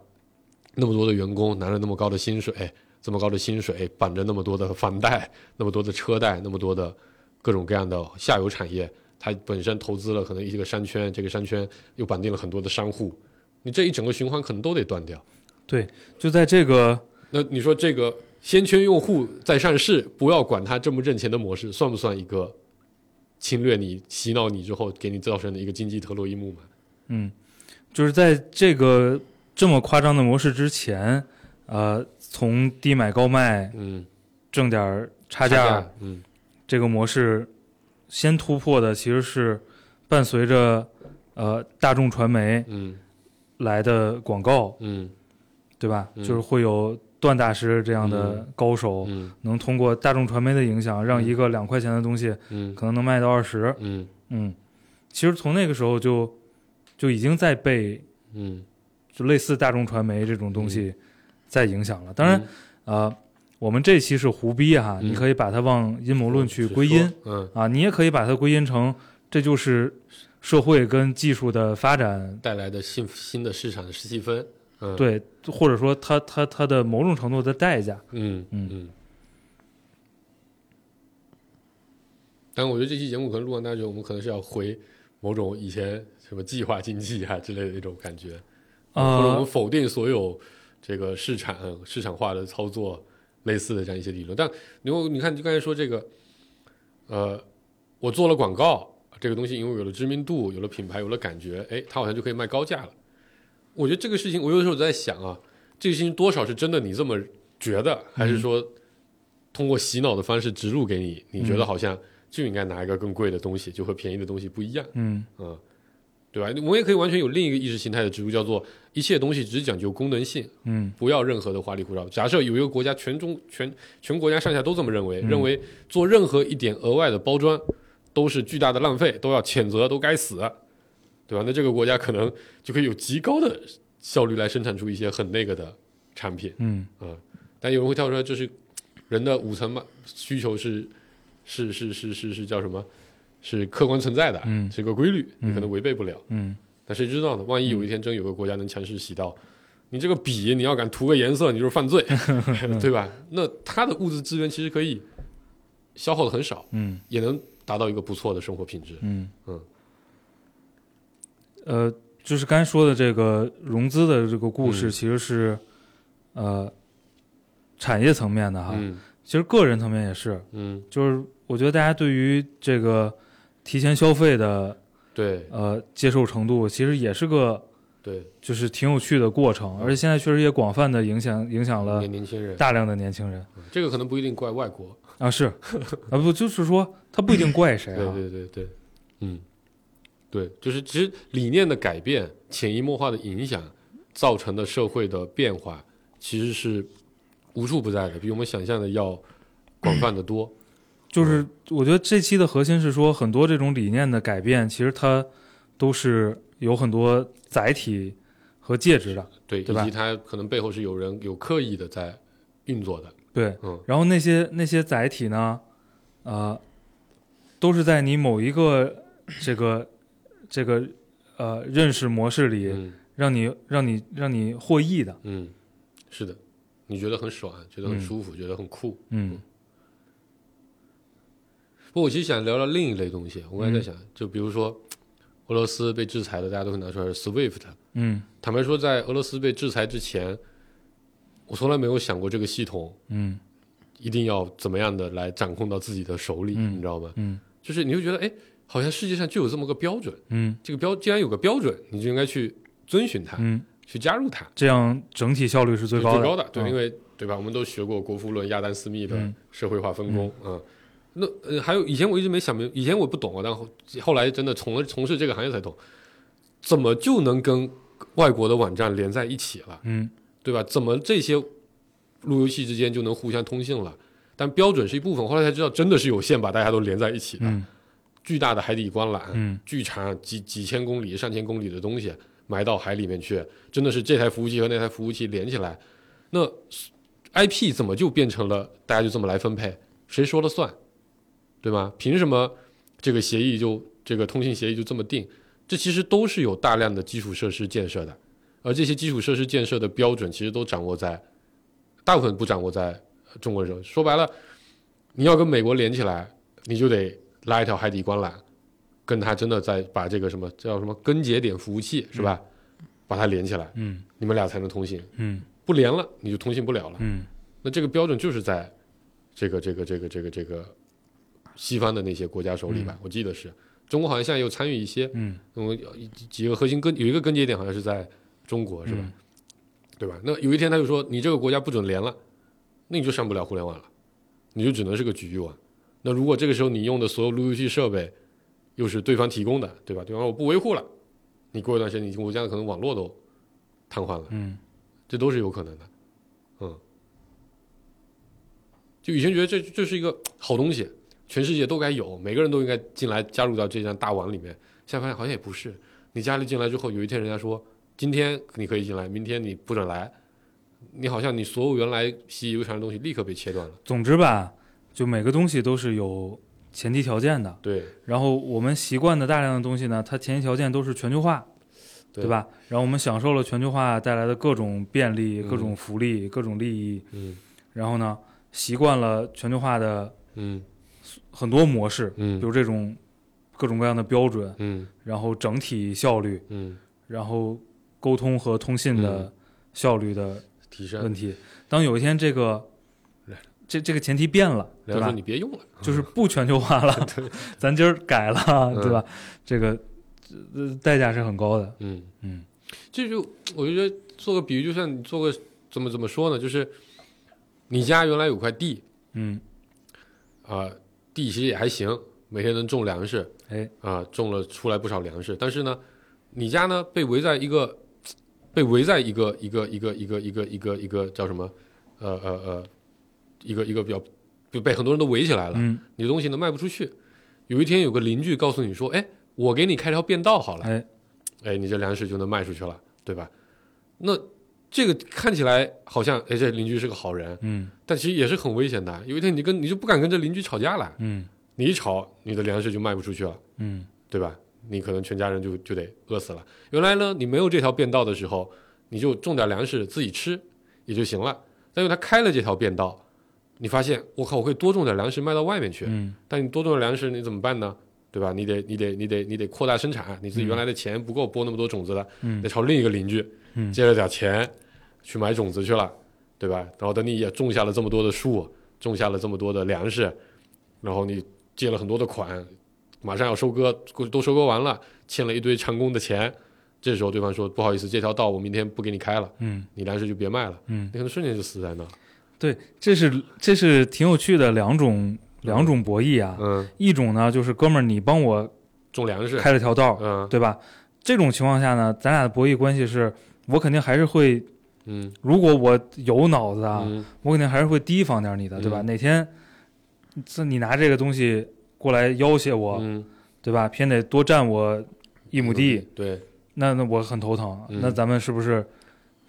Speaker 5: 那么多的员工拿着那么高的薪水，哎这么高的薪水，绑着那么多的房贷，那么多的车贷，那么多的各种各样的下游产业，它本身投资了可能一个商圈，这个商圈又绑定了很多的商户，你这一整个循环可能都得断掉。
Speaker 4: 就在这个
Speaker 5: 那你说这个先圈用户再上市，不要管它挣不挣钱的模式，算不算一个侵略你、洗脑你之后给你造成的一个经济特洛伊木马？
Speaker 4: 嗯，就是在这个这么夸张的模式之前，呃，从低买高卖
Speaker 5: 嗯，
Speaker 4: 挣点儿差
Speaker 5: 差
Speaker 4: 价
Speaker 5: 价，嗯，
Speaker 4: 这个模式，先突破的其实是伴随着呃大众传媒
Speaker 5: 嗯
Speaker 4: 来的广告，
Speaker 5: 嗯
Speaker 4: 对吧？
Speaker 5: 嗯
Speaker 4: 就是会有段大师这样的高手，
Speaker 5: 嗯
Speaker 4: 能通过大众传媒的影响，让一个两块钱的东西
Speaker 5: 嗯
Speaker 4: 可能能卖到二十。
Speaker 5: 嗯
Speaker 4: 嗯，其实从那个时候就就已经在被
Speaker 5: 嗯，
Speaker 4: 就类似大众传媒这种东西在影响了。当然，呃，我们这期是胡逼哈，
Speaker 5: 嗯
Speaker 4: 你可以把它往阴谋论去归因
Speaker 5: 只说，嗯，
Speaker 4: 啊，你也可以把它归因成这就是社会跟技术的发展，
Speaker 5: 带来的新新的市场细分，嗯，，
Speaker 4: 对，或者说它它它的某种程度的代价。
Speaker 5: 嗯
Speaker 4: 嗯
Speaker 5: 嗯。但我觉得这期节目可能录完大之后，我们可能是要回某种以前什么计划经济啊之类的那种感觉，或者我们
Speaker 4: 呃，
Speaker 5: 否定所有这个市场市场化的操作类似的这样一些理论。但你会你看，就刚才说这个，呃，我做了广告，这个东西因为有了知名度，有了品牌，有了感觉，哎，它好像就可以卖高价了。我觉得这个事情，我有的时候在想啊，这个事情多少是真的你这么觉得，还是说通过洗脑的方式植入给你，你觉得好像就应该拿一个更贵的东西，就和便宜的东西不一样。
Speaker 4: 嗯，
Speaker 5: 嗯，对吧？我们也可以完全有另一个意识形态的植入，叫做一切东西只讲究功能性，
Speaker 4: 嗯，
Speaker 5: 不要任何的花里胡哨。假设有一个国家全中全全国家上下都这么认为，
Speaker 4: 嗯
Speaker 5: 认为做任何一点额外的包装都是巨大的浪费，都要谴责，都该死，对吧？那这个国家可能就可以有极高的效率来生产出一些很那个的产品。啊
Speaker 4: 嗯
Speaker 5: 但有人会跳出来，就是人的五层嘛需求是是是是是是叫什么？是客观存在的，
Speaker 4: 嗯
Speaker 5: 是个规律，你
Speaker 4: 嗯
Speaker 5: 可能违背不了。
Speaker 4: 嗯
Speaker 5: 但谁知道呢？万一有一天真有个国家能强势洗到，你这个笔你要敢涂个颜色，你就是
Speaker 4: (laughs)
Speaker 5: 犯罪，对吧？那他的物质资源其实可以消耗的很少，
Speaker 4: 嗯
Speaker 5: 也能达到一个不错的生活品质。
Speaker 4: 嗯
Speaker 5: 嗯，
Speaker 4: 呃，就是刚才说的这个融资的这个故事，
Speaker 5: 嗯
Speaker 4: 其实是呃产业层面的哈，
Speaker 5: 嗯
Speaker 4: 其实个人层面也是，
Speaker 5: 嗯，
Speaker 4: 就是我觉得大家对于这个提前消费的
Speaker 5: 对
Speaker 4: 呃接受程度，其实也是个
Speaker 5: 对，
Speaker 4: 就是挺有趣的过程，而且现在确实也广泛的影响影响了
Speaker 5: 年年轻人，
Speaker 4: 大量的年轻人
Speaker 5: 嗯这个可能不一定怪外国，
Speaker 4: 啊，是啊不就是说他不一定怪谁
Speaker 5: 对
Speaker 4: 啊，
Speaker 5: 对对对，嗯，对，就是其实理念的改变、潜移默化的影响造成的社会的变化，其实是无处不在的，比我们想象的要广泛的多。
Speaker 4: 就是我觉得这期的核心是说很多这种理念的改变，其实它都是有很多载体和介质的，
Speaker 5: 对，
Speaker 4: 对
Speaker 5: 以
Speaker 4: 吧
Speaker 5: 及它可能背后是有人有刻意的在运作的，
Speaker 4: 对，
Speaker 5: 嗯
Speaker 4: 然后那些那些载体呢，呃，都是在你某一
Speaker 5: (clears throat)
Speaker 4: 个这个这个呃认识模式里，
Speaker 5: 嗯
Speaker 4: 让你让你让你获益的。
Speaker 5: 嗯，是的，你觉得很爽，觉得很
Speaker 4: 嗯
Speaker 5: 舒服，觉得很酷。
Speaker 4: 嗯
Speaker 5: 不过我其实想聊聊另一类东西，我刚
Speaker 4: 嗯
Speaker 5: 才在想，就比如说俄罗斯被制裁的，大家都会拿出来是 SWIFT。
Speaker 4: 嗯
Speaker 5: 坦白说，在俄罗斯被制裁之前，我从来没有想过这个系统
Speaker 4: 嗯
Speaker 5: 一定要怎么样的来掌控到自己的手里，
Speaker 4: 嗯
Speaker 5: 你知道吗？
Speaker 4: 嗯
Speaker 5: 就是你会觉得，哎，好像世界上就有这么个标准，
Speaker 4: 嗯
Speaker 5: 这个标既然有个标准，你就应该去遵循它，
Speaker 4: 嗯，
Speaker 5: 去加入它。
Speaker 4: 这样整体效率是最
Speaker 5: 是
Speaker 4: 高的。
Speaker 5: 最高的，对，因
Speaker 4: 为
Speaker 5: 为对吧？我们都学过《国富论》亚当斯密的
Speaker 4: 嗯
Speaker 5: 社会化分工，嗯，那呃还有以前我一直没想明，以前我不懂啊，但后后来真的从从事这个行业才懂，怎么就能跟外国的网站连在一起了，
Speaker 4: 嗯
Speaker 5: 对吧？怎么这些路由器之间就能互相通信了。但标准是一部分，后来才知道真的是有线把大家都连在一起的，
Speaker 4: 嗯
Speaker 5: 巨大的海底观览，
Speaker 4: 嗯
Speaker 5: 巨长几几千公里、上千公里的东西埋到海里面去，真的是这台服务器和那台服务器连起来，那 IP 怎么就变成了大家就这么来分配？谁说了算？对吧？凭什么这个协议就这个通信协议就这么定？这其实都是有大量的基础设施建设的，而这些基础设施建设的标准其实都掌握在大部分不掌握在呃中国人手。说白了，你要跟美国连起来，你就得拉一条海底观澜，跟它真的在把这个什么叫什么根节点服务器是吧，把它连起来，
Speaker 4: 嗯
Speaker 5: 你们俩才能通信。
Speaker 4: 嗯
Speaker 5: 不连了，你就通信不了了。
Speaker 4: 嗯
Speaker 5: 那这个标准就是在这个这个这个这个这个西方的那些国家手里吧，我记得是。中国好像现在有参与一些，
Speaker 4: 嗯
Speaker 5: 嗯，几几个核心根有一个根节点好像是在中国，是吧？
Speaker 4: 嗯
Speaker 5: 对吧？那有一天他就说你这个国家不准连了，那你就上不了互联网了，你就只能是个局域网。那如果这个时候你用的所有路由器设备又是对方提供的，对吧？对方说我不维护了，你过一段时间你国家可能网络都瘫痪了。
Speaker 4: 嗯
Speaker 5: 这都是有可能的，嗯。就以前觉得这这是一个好东西，全世界都该有，每个人都应该进来加入到这张大网里面。现在发现好像也不是，你加入进来之后，有一天人家说今天你可以进来，明天你不准来，你好像你所有原来习以为常的东西立刻被切断了。
Speaker 4: 总之吧，就每个东西都是有前提条件的。
Speaker 5: 对
Speaker 4: 然后我们习惯的大量的东西呢，它前提条件都是全球化，
Speaker 5: 对
Speaker 4: 对？吧？然后我们享受了全球化带来的各种便利、
Speaker 5: 嗯
Speaker 4: 各种福利、各种利益，
Speaker 5: 嗯
Speaker 4: 然后呢，习惯了全球化的
Speaker 5: 嗯
Speaker 4: 很多模式，比
Speaker 5: 嗯
Speaker 4: 如这种各种各样的标准，
Speaker 5: 嗯
Speaker 4: 然后整体效率，
Speaker 5: 嗯，
Speaker 4: 然后沟通和通信的
Speaker 5: 嗯
Speaker 4: 效率的
Speaker 5: 提
Speaker 4: 问
Speaker 5: 升。
Speaker 4: 题。当有一天这个这这个前提变了，
Speaker 5: 然
Speaker 4: 对
Speaker 5: 后说
Speaker 4: 吧
Speaker 5: 你？别用了，
Speaker 4: 就是不全球
Speaker 5: (laughs)
Speaker 4: 化了，咱今儿改了，
Speaker 5: 嗯
Speaker 4: 对吧？这个呃代价是很高的。
Speaker 5: 嗯
Speaker 4: 嗯，
Speaker 5: 这就我就觉得做个比喻，就像你做个怎么怎么说呢，就是你家原来有块地
Speaker 4: 嗯，
Speaker 5: 啊、地其实也还行，每天能种粮食
Speaker 4: 哎，
Speaker 5: 啊、种了出来不少粮食，但是呢，你家呢被围在一个被围在一个一个一个一个一个一个一个叫什么呃呃呃一个一个比较被被很多人都围起来了，
Speaker 4: 嗯，
Speaker 5: 你的东西呢卖不出去。有一天有个邻居告诉你说，哎，我给你开条便道好了。
Speaker 4: 哎，
Speaker 5: 哎，你这粮食就能卖出去了，对吧？那这个看起来好像，哎，这邻居是个好人，
Speaker 4: 嗯
Speaker 5: 但其实也是很危险的。有一天你跟你就不敢跟这邻居吵架了，
Speaker 4: 嗯
Speaker 5: 你一吵，你的粮食就卖不出去了，
Speaker 4: 嗯
Speaker 5: 对吧？你可能全家人就就得饿死了。原来呢，你没有这条便道的时候，你就种点粮食自己吃也就行了。但是他开了这条便道，你发现我靠，我可以多种点粮食卖到外面去。
Speaker 4: 嗯
Speaker 5: 但你多种粮食你怎么办呢？对吧？你得你得你得你得扩大生产，你自己原来的钱不够播那么多种子的，
Speaker 4: 嗯
Speaker 5: 得朝另一个邻居
Speaker 4: 嗯
Speaker 5: 借了点钱去买种子去了，对吧？然后等你也种下了这么多的树，种下了这么多的粮食，然后你借了很多的款，马上要收割，都收割完了，欠了一堆长工的钱，这时候对方说不好意思，这条道我明天不给你开了，
Speaker 4: 嗯
Speaker 5: 你粮食就别卖了，
Speaker 4: 嗯，
Speaker 5: 你可能瞬间就死在那儿。
Speaker 4: 对，这是这是挺有趣的两种两种博弈啊。
Speaker 5: 嗯，
Speaker 4: 一种呢就是哥们儿，你帮我
Speaker 5: 种粮食，
Speaker 4: 开了条道，
Speaker 5: 嗯
Speaker 4: 对吧？这种情况下呢，咱俩的博弈关系是我肯定还是会，
Speaker 5: 嗯
Speaker 4: 如果我有脑子啊，
Speaker 5: 嗯
Speaker 4: 我肯定还是会提防点你的，对吧？
Speaker 5: 嗯
Speaker 4: 哪天这你拿这个东西过来要挟我，
Speaker 5: 嗯，
Speaker 4: 对吧？偏得多占我一亩地，
Speaker 5: 对。
Speaker 4: 那那我很头疼。
Speaker 5: 嗯
Speaker 4: 那咱们是不是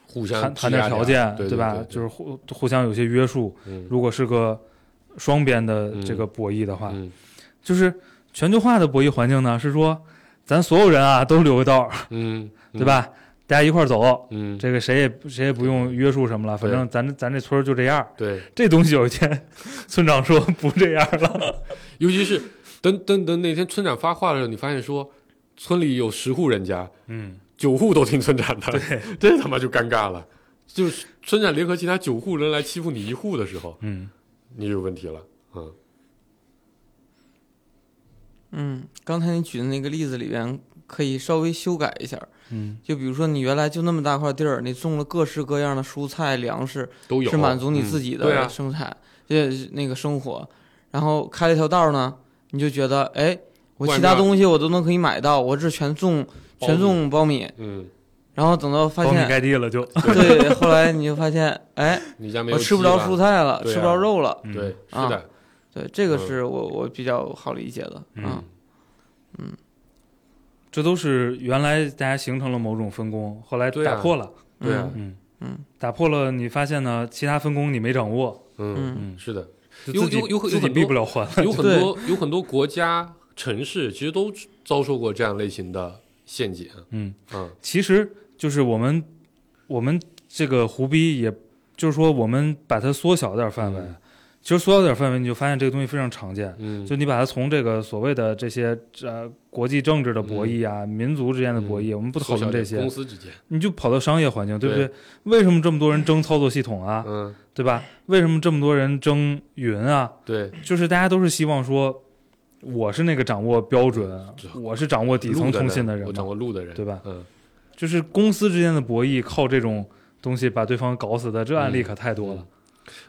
Speaker 5: 互相
Speaker 4: 谈谈
Speaker 5: 制
Speaker 4: 点
Speaker 5: 压
Speaker 4: 条件，
Speaker 5: 对
Speaker 4: 吧？就是互互相有些约束。
Speaker 5: 嗯
Speaker 4: 如果是个双边的
Speaker 5: 嗯
Speaker 4: 这个博弈的话，
Speaker 5: 嗯
Speaker 4: 就是全球化的博弈环境呢，是说咱所有人啊都留个道儿，
Speaker 5: 嗯，
Speaker 4: 对？吧？大家一块儿走，
Speaker 5: 嗯，
Speaker 4: 这个谁也谁也不用约束什么了，反正咱咱这村儿就这样儿。
Speaker 5: 对，
Speaker 4: 这东西有一天 (laughs) 村长说不这样了，
Speaker 5: 尤其是等等等那天村长发话的时候，你发现说村里有十户人家，
Speaker 4: 嗯，
Speaker 5: 九户都听村长的， (laughs) 对，这他妈就尴尬了。就是村长联合其他九户人来欺负你一户的时候，
Speaker 4: (laughs) 嗯
Speaker 5: 你就有问题了。嗯
Speaker 3: 嗯，刚才你举的那个例子里边，可以稍微修改一下。
Speaker 4: 嗯
Speaker 3: 就比如说，你原来就那么大块地儿，你种了各式各样的蔬菜、粮食，
Speaker 5: 都有
Speaker 3: 是满足你自己
Speaker 5: 嗯对
Speaker 3: 的
Speaker 5: 啊，
Speaker 3: 生产，呃、那个生活。然后开了一条道儿呢，你就觉得，哎，我
Speaker 5: 外
Speaker 3: 其
Speaker 5: 面
Speaker 3: 他东西我都能可以买到，我这全种
Speaker 5: 苞
Speaker 3: 全
Speaker 5: 米
Speaker 3: 种苞米，
Speaker 5: 嗯
Speaker 3: 然后等到发
Speaker 4: 苞米
Speaker 3: 现，
Speaker 4: 盖地了就，
Speaker 3: 对，后来你就发现，哎，
Speaker 5: 你家没有
Speaker 3: 我吃不
Speaker 5: 鸡
Speaker 3: 着
Speaker 5: 吧
Speaker 3: 蔬菜了，
Speaker 5: 对啊
Speaker 3: 吃不着肉了。
Speaker 4: 嗯
Speaker 5: 对，
Speaker 3: 嗯
Speaker 5: 是的，
Speaker 3: 对，这个
Speaker 5: 嗯
Speaker 3: 是我我比较好理解的。
Speaker 4: 嗯，这都是原来大家形成了某种分工，后来
Speaker 5: 对啊
Speaker 4: 打破了，
Speaker 5: 对啊，
Speaker 4: 嗯
Speaker 3: 嗯，
Speaker 4: 打破了，你发现呢，其他分工你没掌握，
Speaker 5: 嗯，
Speaker 3: 嗯，
Speaker 5: 是的，
Speaker 4: 就
Speaker 5: 有
Speaker 4: 自己
Speaker 5: 有有很
Speaker 4: 自己
Speaker 5: 有很
Speaker 4: 闭
Speaker 5: 多
Speaker 4: 不了环，
Speaker 5: 有很多有很多国家城市其实都遭受过这样类型的陷阱，
Speaker 4: 嗯，
Speaker 5: 嗯
Speaker 4: 其实就是我们我们这个胡逼，也就是说我们把它缩小点儿范围，
Speaker 5: 嗯
Speaker 4: 其实缩小点儿范围，你就发现这个东西非常常见。
Speaker 5: 嗯
Speaker 4: 就你把它从这个所谓的这些呃国际政治的博弈啊、民族之间的博弈，我们不讨
Speaker 5: 嗯缩小
Speaker 4: 论这
Speaker 5: 点
Speaker 4: 些
Speaker 5: 公，司之间，
Speaker 4: 你就跑到商业环境，对不
Speaker 5: 对
Speaker 4: 对？为什么这么多人争操作系统啊，
Speaker 5: 嗯，
Speaker 4: 对吧？为什么这么多人争云啊？
Speaker 5: 对，
Speaker 4: 就是大家都是希望说，我是那个掌握标准，我是掌握底层
Speaker 5: 路的
Speaker 4: 通信的人
Speaker 5: 我
Speaker 4: 嘛
Speaker 5: 掌，握路的人，
Speaker 4: 对吧？
Speaker 5: 嗯，
Speaker 4: 就是公司之间的博弈，靠这种东西把对方搞死的，这
Speaker 5: 嗯
Speaker 4: 案例可太多了。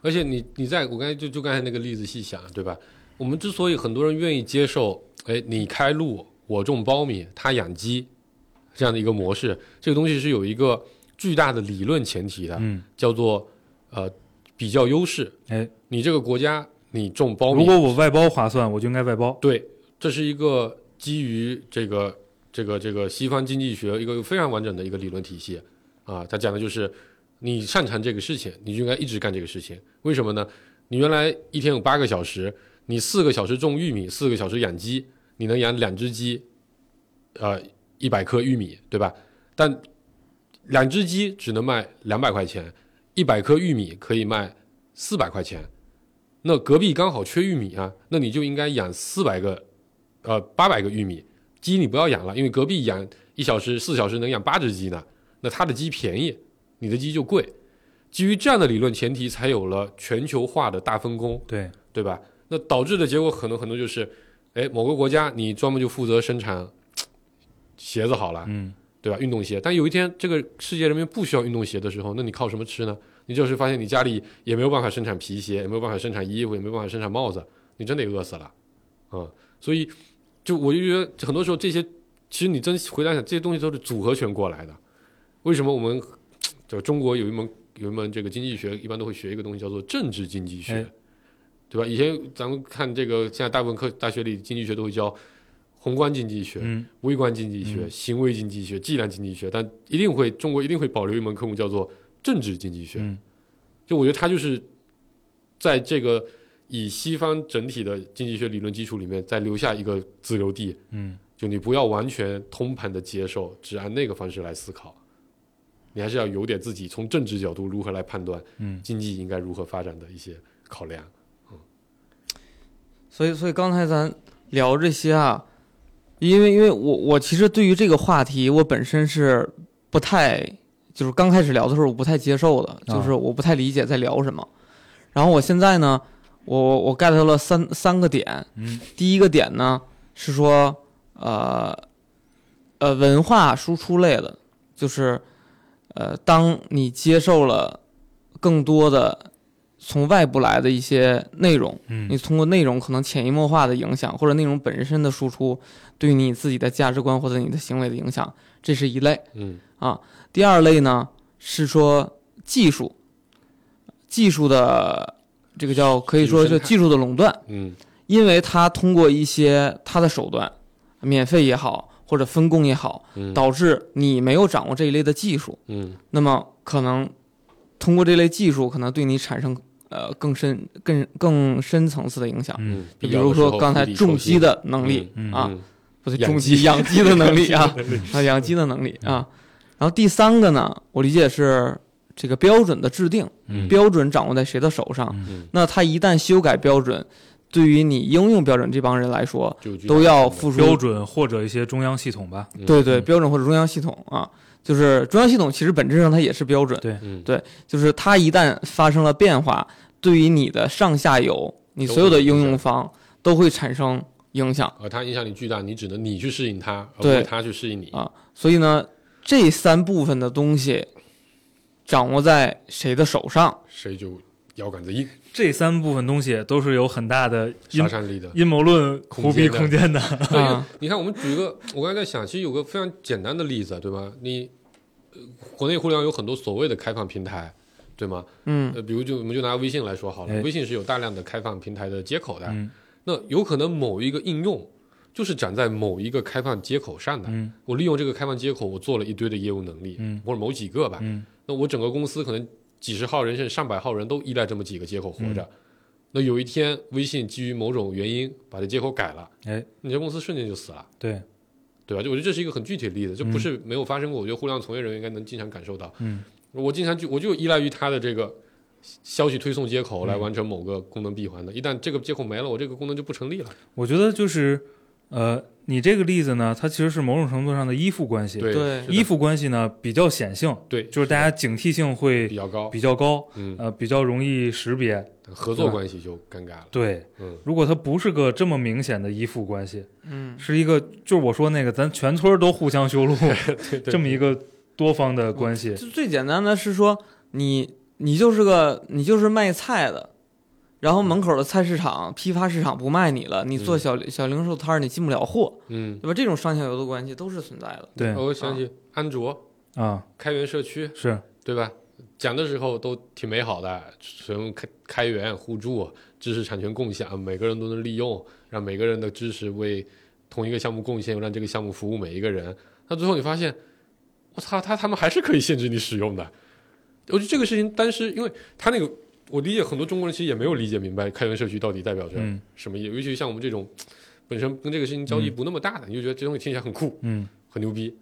Speaker 5: 而且你你在我刚才就就刚才那个例子细想，对吧？我们之所以很多人愿意接受，哎，你开路，我种苞米，他养鸡这样的一个模式，这个东西是有一个巨大的理论前提的，
Speaker 4: 嗯，
Speaker 5: 叫做呃比较优势。
Speaker 4: 哎，
Speaker 5: 你这个国家你种苞米，
Speaker 4: 如果我外包划算，我就应该外包。
Speaker 5: 对，这是一个基于这个这个这个西方经济学一个非常完整的一个理论体系啊。它讲的就是你擅长这个事情，你就应该一直干这个事情。为什么呢？你原来一天有八个小时，你四个小时种玉米，四个小时养鸡，你能养两只鸡，呃，一百颗玉米，对吧？但两只鸡只能卖两百块钱，一百颗玉米可以卖四百块钱。那隔壁刚好缺玉米啊，那你就应该养四百个，呃，八百个玉米。鸡你不要养了，因为隔壁养一小时、四小时能养八只鸡呢，那他的鸡便宜，你的鸡就贵。基于这样的理论前提，才有了全球化的大分工，
Speaker 4: 对，
Speaker 5: 对吧？那导致的结果可能很多就是，哎，某个国家你专门就负责生产鞋子好了，
Speaker 4: 嗯，
Speaker 5: 对吧？运动鞋，但有一天这个世界人民不需要运动鞋的时候，那你靠什么吃呢？你就是发现你家里也没有办法生产皮鞋，也没有办法生产衣服，也没有办法生产帽子，你真得饿死了，嗯。所以，就我就觉得很多时候这些，其实你真回答一下，这些东西都是组合拳过来的。为什么我们就中国有一门有一门这个经济学，一般都会学一个东西叫做政治经济学，
Speaker 4: 哎
Speaker 5: 对吧？以前咱们看这个，现在大部分课大学里经济学都会教宏观经济学，
Speaker 4: 嗯，
Speaker 5: 微观经济学、行为经济学、计量经济学，但一定会中国一定会保留一门科目叫做政治经济学。
Speaker 4: 嗯
Speaker 5: 就我觉得它就是在这个以西方整体的经济学理论基础里面再留下一个自留地，
Speaker 4: 嗯，
Speaker 5: 就你不要完全通盘的接受，只按那个方式来思考，你还是要有点自己从政治角度如何来判断，
Speaker 4: 嗯
Speaker 5: 经济应该如何发展的一些考量。
Speaker 3: 所以，所以刚才咱聊这些啊，因为因为我我其实对于这个话题，我本身是不太，就是刚开始聊的时候我不太接受的，
Speaker 4: 啊
Speaker 3: 就是我不太理解在聊什么。然后我现在呢，我我我 get 到了三三个点。
Speaker 4: 嗯，
Speaker 3: 第一个点呢是说，呃，呃，文化输出类的，就是，呃，当你接受了更多的从外部来的一些内容。
Speaker 4: 嗯
Speaker 3: 你通过内容可能潜移默化的影响，或者内容本身的输出对你自己的价值观或者你的行为的影响，这是一类。啊
Speaker 5: 嗯
Speaker 3: 第二类呢是说技术，技术的这个叫可以说
Speaker 5: 技术
Speaker 3: 是
Speaker 5: 生态
Speaker 3: 技术的垄断，
Speaker 5: 嗯
Speaker 3: 因为它通过一些它的手段，免费也好或者分工也好，
Speaker 5: 嗯
Speaker 3: 导致你没有掌握这一类的技术，
Speaker 5: 嗯
Speaker 3: 那么可能通过这类技术，可能对你产生呃更深、更更深层次的影响。
Speaker 5: 嗯，
Speaker 3: 就比如说刚才种鸡的能力
Speaker 4: 嗯
Speaker 3: 啊，
Speaker 5: 嗯
Speaker 3: 不对，
Speaker 5: 养
Speaker 3: 种
Speaker 5: 鸡
Speaker 3: 鸡养鸡的能力啊，啊，养鸡的能力啊。然后第三个呢，我理解是这个标准的制定，
Speaker 5: 嗯
Speaker 3: 标准掌握在谁的手上
Speaker 5: 嗯？
Speaker 3: 那他一旦修改标准，对于你应用标准这帮人来说，
Speaker 5: 就具体
Speaker 3: 都要付
Speaker 4: 标
Speaker 3: 出
Speaker 4: 准或者一些中央系统吧，
Speaker 3: 对对标准或者中央系统啊，就是中央系统其实本质上它也是标准，
Speaker 5: 嗯
Speaker 3: 就是它一旦发生了变化，对于你的上下游，你所有的应用方都会产生影响。
Speaker 5: 而它影响力巨大，你只能你去适应它，而不
Speaker 3: 对
Speaker 5: 是它去适应你。
Speaker 3: 啊所以呢，这三部分的东西掌握在谁的手上？
Speaker 5: 谁就腰杆子硬，
Speaker 4: 这三部分东西都是有啊很大的阴
Speaker 5: 杀伤力的。
Speaker 4: 阴谋论胡逼空
Speaker 5: 空
Speaker 4: 间的。
Speaker 5: 对
Speaker 3: 啊，
Speaker 5: 你看，我们举一个，我刚才在想，其实有个非常简单的例子，对吧？你呃国内互联网有很多所谓的开放平台，对吗？
Speaker 3: 嗯
Speaker 5: 呃，比如就我们就拿微信来说好
Speaker 4: 哎
Speaker 5: 了，微信是有大量的开放平台的接口的，
Speaker 4: 嗯
Speaker 5: 那有可能某一个应用就是长在某一个开放接口上的，
Speaker 4: 嗯
Speaker 5: 我利用这个开放接口，我做了一堆的业务能力，
Speaker 4: 嗯
Speaker 5: 或者某几个吧，
Speaker 4: 嗯
Speaker 5: 那我整个公司可能几十号人甚至上百号人都依赖这么几个接口活
Speaker 4: 嗯
Speaker 5: 着。那有一天，微信基于某种原因把这接口改了，
Speaker 4: 哎，
Speaker 5: 你这公司瞬间就死了，
Speaker 4: 对，
Speaker 5: 对吧？就我觉得这是一个很具体的例子，这不是没有发生过。我觉得互联网从业人员应该能经常感受到。
Speaker 4: 嗯，
Speaker 5: 我经常就我就依赖于它的这个消息推送接口来
Speaker 4: 嗯
Speaker 5: 完成某个功能闭环的。一旦这个接口没了，我这个功能就不成立了。
Speaker 4: 我觉得就是，呃，你这个例子呢，它其实是某种程度上的依附关系。
Speaker 5: 对
Speaker 3: 对
Speaker 5: 是的
Speaker 4: 依附关系呢比较显性，
Speaker 5: 对
Speaker 4: 就是大家警惕性会
Speaker 5: 比较高，
Speaker 4: 比较呃高，
Speaker 5: 嗯，
Speaker 4: 呃，比较容易识别。
Speaker 5: 合作关系就尴尬了。
Speaker 4: 对，
Speaker 5: 嗯，
Speaker 4: 如果它不是个这么明显的依附关系，
Speaker 3: 嗯，
Speaker 4: 是一个就是我说那个咱全村儿都互相
Speaker 5: (laughs)
Speaker 4: 修路这么一个多方的关系。
Speaker 5: 嗯
Speaker 3: 就最简单的是说，你你就是个你就是卖菜的，然后门口的菜市场、批发市场不卖你了，你做
Speaker 5: 嗯
Speaker 3: 小、小零售摊儿你进不了货，
Speaker 5: 嗯，哦
Speaker 3: 对吧？这种上下游的关系都是存在的。
Speaker 4: 对
Speaker 5: 我想起安卓
Speaker 4: 啊，
Speaker 5: 开源社区，
Speaker 4: 是
Speaker 5: 对吧？讲的时候都挺美好的，使用开开源互助、知识产权共享，每个人都能利用，让每个人的知识为同一个项目贡献，又让这个项目服务每一个人。那最后你发现，我操，他他们还是可以限制你使用的。我觉得这个事情，当时因为他那个，我理解很多中国人其实也没有理解明白开源社区到底代表着
Speaker 4: 嗯
Speaker 5: 什么意思，尤其像我们这种本身跟这个事情交集不那么大的，你就觉得这东西听起来很酷，
Speaker 4: 嗯
Speaker 5: 很牛逼。